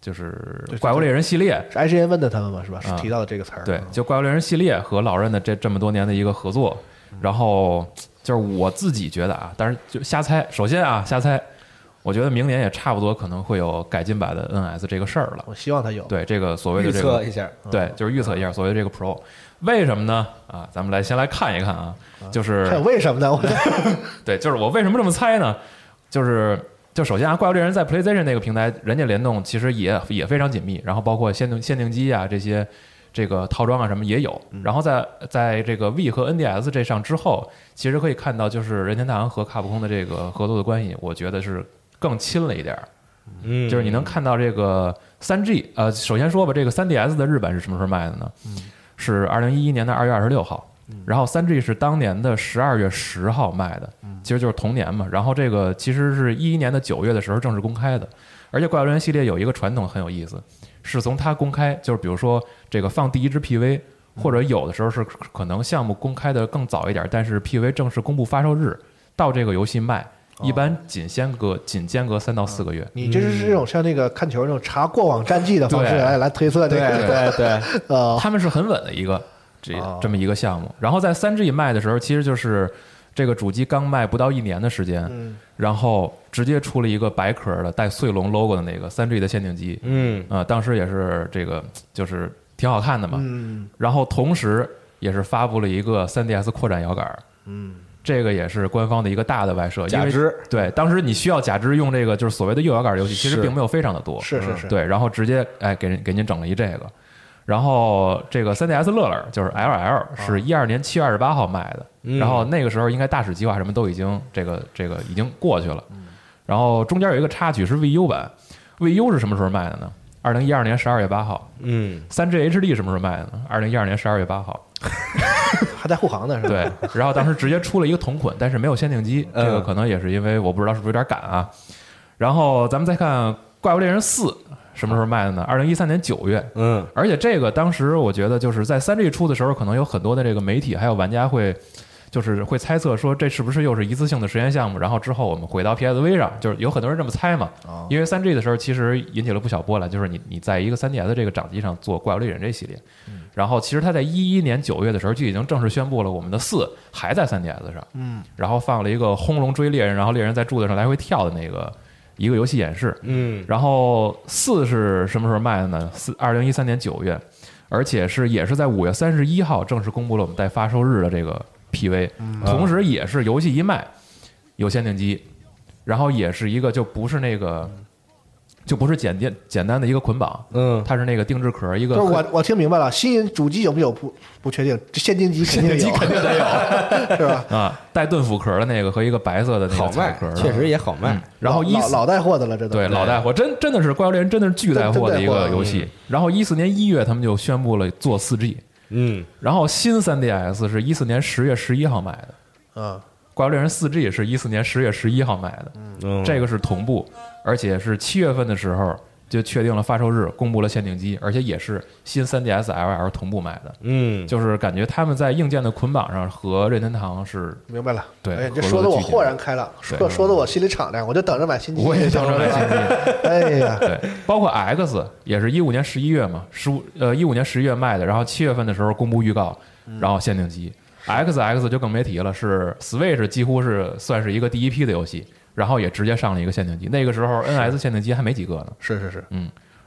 就是
对
《怪物猎人》系列，
是 IGN 问的他们嘛，是吧？是
啊
提到的这个词儿。
对，就《怪物猎人》系列和老任的这这么多年的一个合作，
嗯
然后就是我自己觉得啊，但是就瞎猜，首先啊瞎猜，我觉得明年也差不多可能会有改进版的 NS 这个事儿了。
我希望他有。，
对，这个所谓
哦预
的这
测
个
一，下，
对，就是预测一下所谓的这个 Pro，为什么呢？啊，咱们来先来看一看啊，就是
还有为什 么呢？我
对，就是我为什么这么猜呢？就是就首先啊，《怪物猎人》在 PlayStation 那个平台，人家联动其实也也非常紧密，然后包括限定限定机啊这些这个套装啊什么也有。然后在在这个 V 和 NDS 这上之后，其实可以看到，就是任天堂和卡普空的这个合作的关系，我觉得是更亲了一点儿。
嗯，
就是你能看到这个三 G，呃，首先说吧，这个三 DS 的日本是什么时候卖的呢？是二零一一年的二月二十六号，然后三 G 是当年的十二月十号卖的，其实就是同年嘛。然后这个其实是一一年的九月的时候正式公开的，而且《怪物猎人》系列有一个传统很有意思，是从它公开，就是比如说这个放第一支 PV。或者有的时候是可能项目公开的更早一点，但是 PV 正式公布发售日到这个游戏卖，一般仅间隔仅间隔三到四个月。
你这是这种像那个看球那种查过往战绩的方式
对
来来推测这
对
个
对对，
啊，
他们是很稳的一个这
哦
这么一个项目。然后在三 G 卖的时候，其实就是这个主机刚卖不到一年的时间，然后直接出了一个白壳的带穗龙 logo 的那个三 G 的限定机，
嗯
呃，当时也是这个就是挺好看的嘛。
嗯
然后同时也是发布了一个 3DS 扩展摇杆，
嗯，
这个也是官方的一个大的外设。因
假
为
肢
对，当时你需要假肢用这个就是所谓的右摇杆游戏，其实
是
并没有非常的多，
是是是，
对，然后直接哎给人给您整了一这个，然后这个 3DS 乐乐就是 LL 是一二年七月二十八号卖的，
嗯
然后那个时候应该大使计划什么都已经这个这个已经过去了，然后中间有一个插曲是 VU 版，VU 是什么时候卖的呢？二零一二年十二月八号，
嗯，
三 G HD 什么时候卖的呢？二零一二年十二月八号。
还带护航呢是吧？
对，然后当时直接出了一个同捆，但是没有限定机，这个
嗯
可能也是因为我不知道是不是有点赶啊。然后咱们再看《怪物猎人四》什么时候卖的呢？二零一三年九月。
嗯，
而且这个当时我觉得就是在三 G 出的时候，可能有很多的这个媒体还有玩家会。就是会猜测说这是不是又是一次性的实验项目，然后之后我们回到 PSV 上，就是有很多人这么猜嘛。因为三 G 的时候其实引起了不小波澜，就是你你在一个 3DS 的这个掌机上做《怪物猎人》这系列，然后其实它在一一年九月的时候就已经正式宣布了我们的四还在 3DS 上，嗯，然后放了一个轰龙追猎人，然后猎人在柱子上来回跳的那个一个游戏演示，
嗯，
然后四是什么时候卖的呢？四二零一三年九月，而且是也是在五月三十一号正式公布了我们待发售日的这个 PV，、同时也是游戏一卖有限定机，然后也是一个就不是那个。就不是简单简单的一个捆绑，
嗯
它是那个定制壳，一个
就是
很
我我听明白了，新主机有没有不不确定，这现金机肯定有，肯定得有， 是吧？
啊，带盾斧壳的那个和一个白色的那
好
个菜
卖
壳儿，，嗯
确实也好卖。
然后
老
一
老老带货的了，这都
对老带货，真真的是《怪物猎人》，真的是巨带货嗯的一
真带
个
货
游戏。然后一四年一月，他们就宣布了做四 G，
嗯，
然后新三 DS 是一四年十月十一号买的，《
啊，
怪物猎人》四 G 是一四年十月十一号买的，
嗯
这个是同步，而且是七月份的时候就确定了发售日，公布了限定机，而且也是新三 DS LL 同步买的，
嗯，
就是感觉他们在硬件的捆绑上和任天堂是
明白了。
对
哎呀，你这
合
说
作
的我
具体
豁然开朗，
对
说说的我心里敞亮，我就等着买新机。
我也想着 买新机。嗯
哎 呀，
对，包括 X 也是一五年十一月嘛，十五呃一五年十一月卖的，然后七月份的时候公布预告，然后限定机。XX 就更别提了，是 Switch 几乎是算是一个第一批的游戏，然后也直接上了一个限定机。那个时候 NS 限定机还没几个呢，
是是是，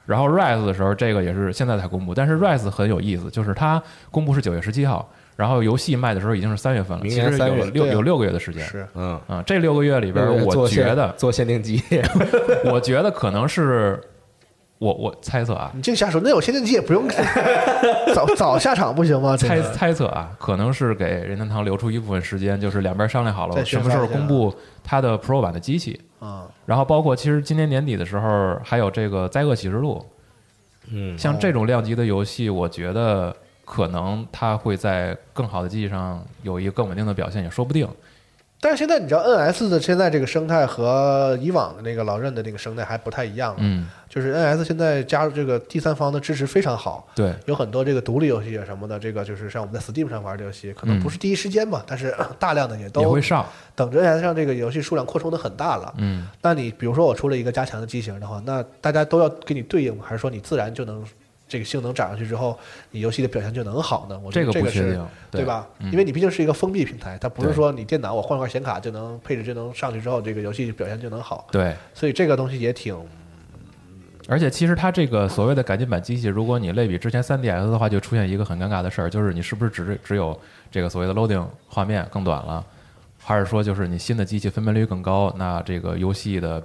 然后 Rise 的时候，这个也是现在才公布，但是 Rise 很有意思，就是它公布是九月十七号，然后游戏卖的时候已经是三月份了，
明
其
年
实
三
有
月
六
对啊
有六个月的时间。
是
嗯，
啊，这六个月里边，我
做限
觉得，
做限定 机，
我觉得可能是，我我猜测啊，
你净瞎说，那有限定机也不用 早早下场不行吗？这
猜
个
猜测啊，可能是给任天堂留出一部分时间，就是两边商量好
再
了什
宣发
么时候
一下
公布它的 Pro 版的机器。
啊，
然后包括其实今年年底的时候，还有这个《灾厄启示录》，
嗯，
像
哦
这种量级的游戏，我觉得可能它会在更好的机器上有一个更稳定的表现，也说不定。
但是现在你知道 NS 的现在这个生态和以往的那个老任的那个生态还不太一样了，
嗯，
就是 NS 现在加入这个第三方的支持非常好，
对，
有很多这个独立游戏啊什么的，这个就是像我们在 Steam 上玩的游戏，可能不是第一时间吧，但是 呃大量的
嗯
也
也
都
会上。
等着 NS 上这个游戏数量扩充的很大了。
嗯，
那你比如说我出了一个加强的机型的话，那大家都要给你对应吗？还是说你自然就能这个性能涨上去之后，你游戏的表现就能好呢？我觉
这
得
个
这
不
个
确
是
定，嗯
对吧？因为你毕竟是一个封闭平台，它不是说你电脑我换块显卡就能配置就能上去之后，这个游戏表现就能好。
对，
所以这个东西也挺
而且其实它这个所谓的改进版机器，如果你类比之前 3DS 的话，就出现一个很尴尬的事儿，就是你是不是只只有这个所谓的 loading 画面更短了，还是说就是你新的机器分辨率更高？那这个游戏的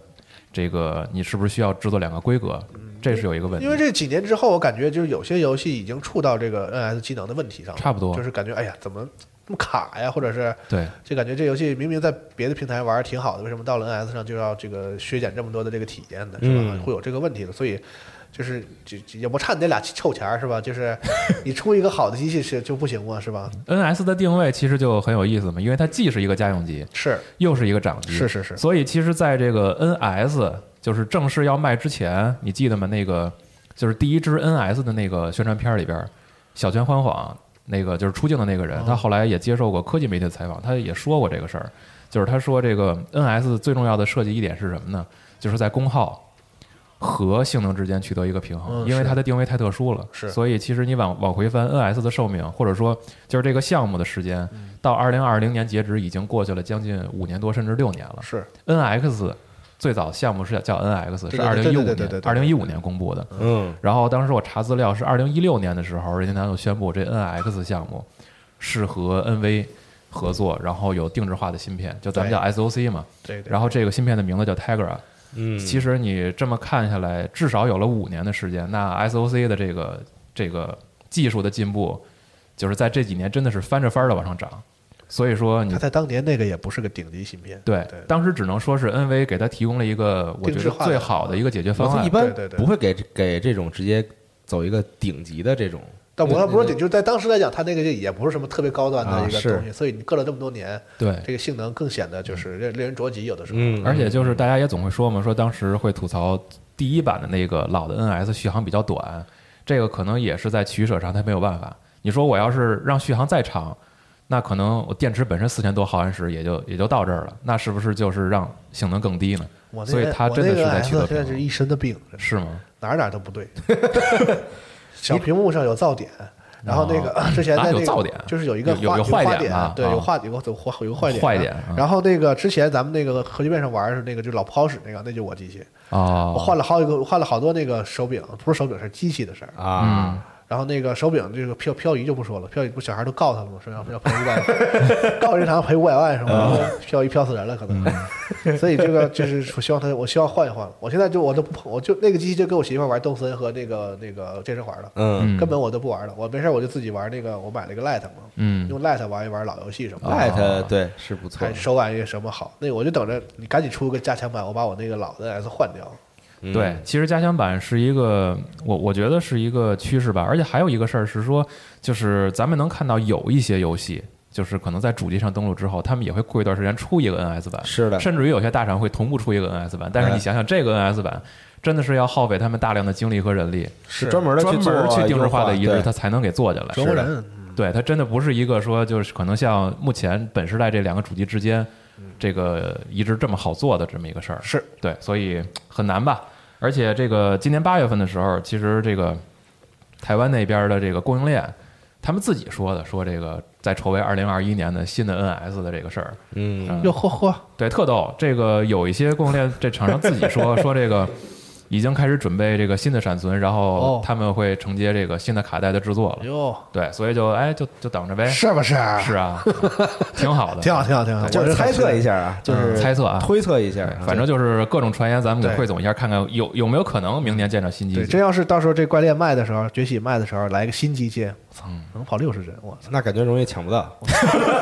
这个你是不是需要制作两个规格？这是有一个问题
因为。这几年之后，我感觉就是有些游戏已经触到这个 NS 机能的问题上了，
差不多
就是感觉哎呀，怎么那么卡呀，或者是
对，
就感觉这游戏明明在别的平台玩儿挺好的，为什么到了 NS 上就要这个削减这么多的这个体验呢？是吧？
嗯
会有这个问题的，所以。就是就就也不差你那俩臭钱儿是吧？就是你出一个好的机器是就不行吗？是吧？
NS 的定位其实就很有意思嘛，因为它既是一个家用机，
是
又是一个掌机，
是是是
所以其实，在这个 NS 就是正式要卖之前，你记得吗？那个就是第一支 NS 的那个宣传片里边，小泉欢晃那个就是出镜的那
哦
个人，他后来也接受过科技媒体的采访，他也说过这个事儿，就是他说这个 NS 最重要的设计一点是什么呢？就是在功耗。和性能之间取得一个平衡，
嗯
因为
是
它的定位太特殊了，
是
所以其实你往往回翻 NS 的寿命，或者说就是这个项目的时间，
嗯
到二零二零年截止已经过去了将近五年多甚至六年了。
是，
NX 最早项目是叫 NX，
对
是二
对
零一五
对对对对
年
对
二零一五年公布的。
嗯，
然后当时我查资料是二零一六年的时候，任天堂就宣布这 NX 项目是和 NV 合作，然后有定制化的芯片，就咱们叫 SOC 嘛。
对对。
然后这个芯片的名字叫 Tegra。
嗯，
其实你这么看下来，至少有了五年的时间。那 SOC 的这个这个技术的进步，就是在这几年真的是翻着番的往上涨。所以说你
他在当年那个也不是个顶级芯片，
对
对，
当时只能说是 NV 给他提供了一个我觉
定制
得
化的
最好的一个解决方
我
案
一。般
对对对
不会给给这种直接走一个顶级的这种，
但我要不是顶，就是在当时来讲，它那个也不是什么特别高端的一
啊
个
是
东西，所以你隔了这么多年，
对嗯
这个性能更显得就是令令人着急，有的时候。
嗯，
而且就是大家也总会说嘛，说当时会吐槽第一版的那个老的 NS 续航比较短，这个可能也是在取舍上它没有办法。你说我要是让续航再长，那可能我电池本身四千多毫安时也就也就到这儿了，那是不是就是让性能更低呢
我？那
所以
个
它
我
真
那
的是
个
在
S
取得
现
平
在是
衡，
一身的病，真是
是吗？
哪儿哪儿都 不对。小屏幕上有噪点，然后那个 之前在
啊哪
那
有
个
噪点
就是有一个
有有
花
有坏
坏
点
点
啊
对，
啊
有坏有个有坏有个坏点
坏
啊
点啊
然后那个之前咱们那个核聚变上玩儿的时候，那个就老不好使那个，那就我机器，我
哦，
换了好几个，换了好多那个手柄，不是手柄是机器的事儿嗯
啊，
然后那个手柄这个漂漂移就不说了，漂移不小孩都告他了吗？说要要赔五百万， 告任天堂赔五百万什么的， 漂移漂死人了可能。 所以这个就是我希望他，我希望换一换。我现在就我都不碰，我就那个机器就跟我媳妇儿玩动森和那个那个健身环了，
嗯
根本我都不玩了。我没事儿我就自己玩那个，我买了一个 Lite 嘛，
嗯
用 Lite 玩一玩老游戏什么的。
啊
，Light 对是不错
看，手感也什么好，那我就等着你赶紧出个加强版，我把我那个老的 S 换掉。
嗯
对，其实加强版是一个，我我觉得是一个趋势吧。而且还有一个事儿是说，就是咱们能看到有一些游戏，就是可能在主机上登录之后，他们也会过一段时间出一个 NS 版，
是的哎
甚至于有些大厂会同步出一个 NS 版。但是你想想，这个 NS 版真的是要耗费他们大量的精力和人力，
是专门的
专
去做
门去定制化
化
的移植，
对
它才能给做下来。
折磨人，
对，它真的不是一个说就是可能像目前本时代这两个主机之间这个移植这么好做的这么一个事儿。
是
对，所以很难吧？而且这个今年八月份的时候，其实这个台湾那边的这个供应链，他们自己说的，说这个在筹备二零二一年的新的 NS 的这个事儿。
嗯，
哟嚯嚯，
对，特逗。这个有一些供应链这厂商自己 说说这个已经开始准备这个新的闪存，然后
哦
他们会承接这个新的卡带的制作了。
哟，
对，所以就哎就就等着呗。
是不是？
哎是啊， 挺好的，
挺好，挺好，挺好。
就
我
是猜测一
下，
下啊，就是
嗯猜测啊
推测一下，
反正就是各种传言，咱们给
对
汇总一下，看看有有没有可能明年见着新机
对，
器
真。要是到时候这怪猎卖的时候，崛起卖的时候来个新机械，我
嗯
操，能跑六十帧，我操！
那感觉容易抢不到，嗯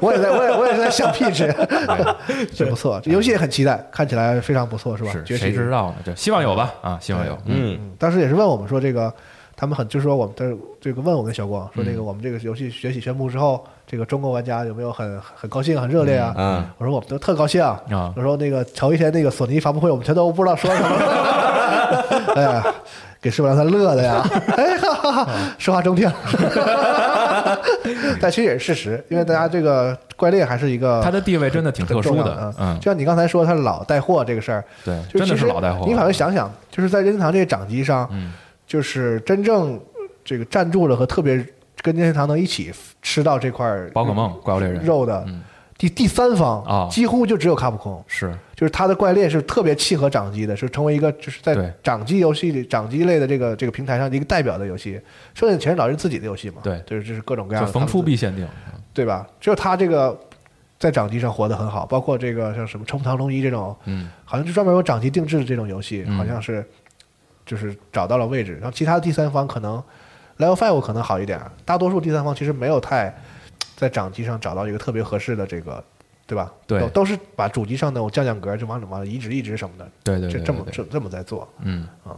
我也在，我也我也是在橡皮吃， 这不 错，这游戏也很期待，看起来非常不错，是吧？
是
崛起
谁知道呢？这希望有吧，啊，希望有。嗯，
嗯当时也是问我们说这个，他们很就是说我们这这个问我跟小光说这
嗯
个我们这个游戏崛起宣布之后，这个中国玩家有没有很很高兴很热烈啊？
嗯嗯
我说我们都特高兴啊
啊
我说那个头一天那个索尼发布会我们全都不知道说什么， 哎呀，给师傅让他乐的呀， 哎哈哈哈，
嗯
说话中听。但其实也是事实，因为大家这个怪猎还是一个
他的地位真的挺特
很重
殊
要
的，
嗯
嗯，
就像你刚才说，他老带货这个事儿，
对
就
真的是
其实
老带货啊嗯
你反正想想，就是在任天堂这个掌机上，就是真正这个站住了和特别跟任天堂能一起吃到这块儿
宝可梦、怪物猎人嗯
肉的第第三方
啊
几乎就只有卡普空。
是
就是它的怪猎是特别契合掌机的，是成为一个就是
对
在掌机游戏里、掌机类的这个这个平台上的一个代表的游戏，剩下全是老人自己的游戏嘛。
对
就是这是各种各
就
样的。
逢出必限定，
对吧？只有他这个在掌机上活得很好，包括这个像什么《冲堂龙一》这种，
嗯，
好像是专门有掌机定制的这种游戏，
嗯
好像是就是找到了位置。然后其他的第三方可能 Level Five 可能好一点，大多数第三方其实没有太在掌机上找到一个特别合适的这个，对吧？
对
都都是把主机上的我降降格，就往往移植移植什么的，
对对
这
对，
这么
对
这这么在做，
嗯
啊，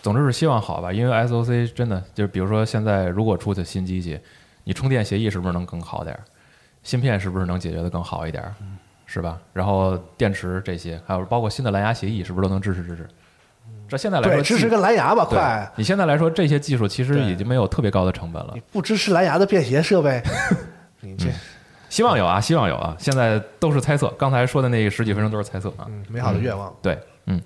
总之是希望好吧，因为 SOC 真的就是，比如说现在如果出的新机器，你充电协议是不是能更好点儿？芯片是不是能解决的更好一点儿？是吧？然后电池这些，还有包括新的蓝牙协议，是不是都能支持支持？这现在来说
对，
技，
支持个蓝牙吧，
对
快！
你现在来说，这些技术其实已经没有特别高的成本了
你。不支持蓝牙的便携 设备，你这
希望有啊，希望有啊！现在都是猜测，刚才说的那十几分钟都是猜测啊。
嗯美好的愿望，
对，嗯，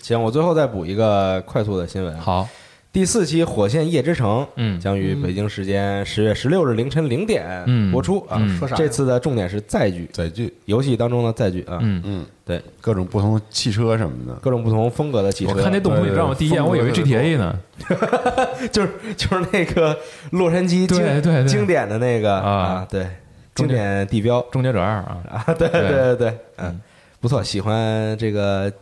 行，我最后再补一个快速的新闻。，
好，
第四期《火线夜之城》
嗯
将于北京时间十月十六日凌晨零点
嗯
播出啊。
嗯
说啥呀
这次的重点是载具，
载具，
游戏当中的载具啊，
嗯
嗯，
对，
各种不同汽车什么的，
各种不同风格的汽车。
我看那动图，你知道吗？第一眼我以为
风格特别
GTA 呢。
就是就是那个洛杉矶经
对对对
经典的那个
啊
啊，对，经
中间
典地标
终结者二啊，
啊， 对对
对
对对，嗯，不错，喜欢这个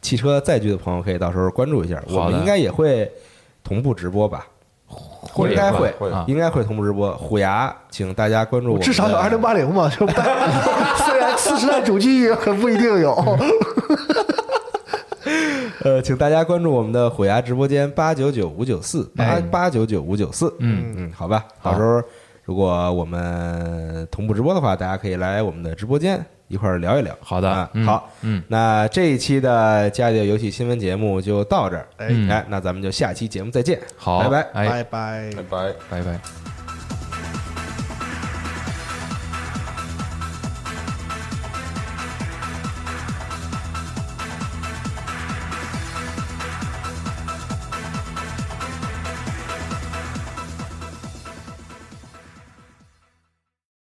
汽车载具的朋友可以到时候关注一下，我
好
们
的
应该也会同步直播吧。应该
吧
会
会
啊
应该会同步直播。虎牙，请大家关注我们的。
至少有二零八零嘛，就虽然四十代主机可不一定有，
呃，请大家关注我们的虎牙直播间八九九五九四八八九九五九四。
哎嗯
嗯，好吧，到时候如果我们同步直播的话，大家可以来我们的直播间一块儿聊一聊。
好的
啊
嗯
好，
嗯，
那这一期的家里的游戏新闻节目就到这儿。
哎
嗯哎，那咱们就下期节目再见。
好，
拜拜。
哎，
拜拜
拜拜。
拜拜。
拜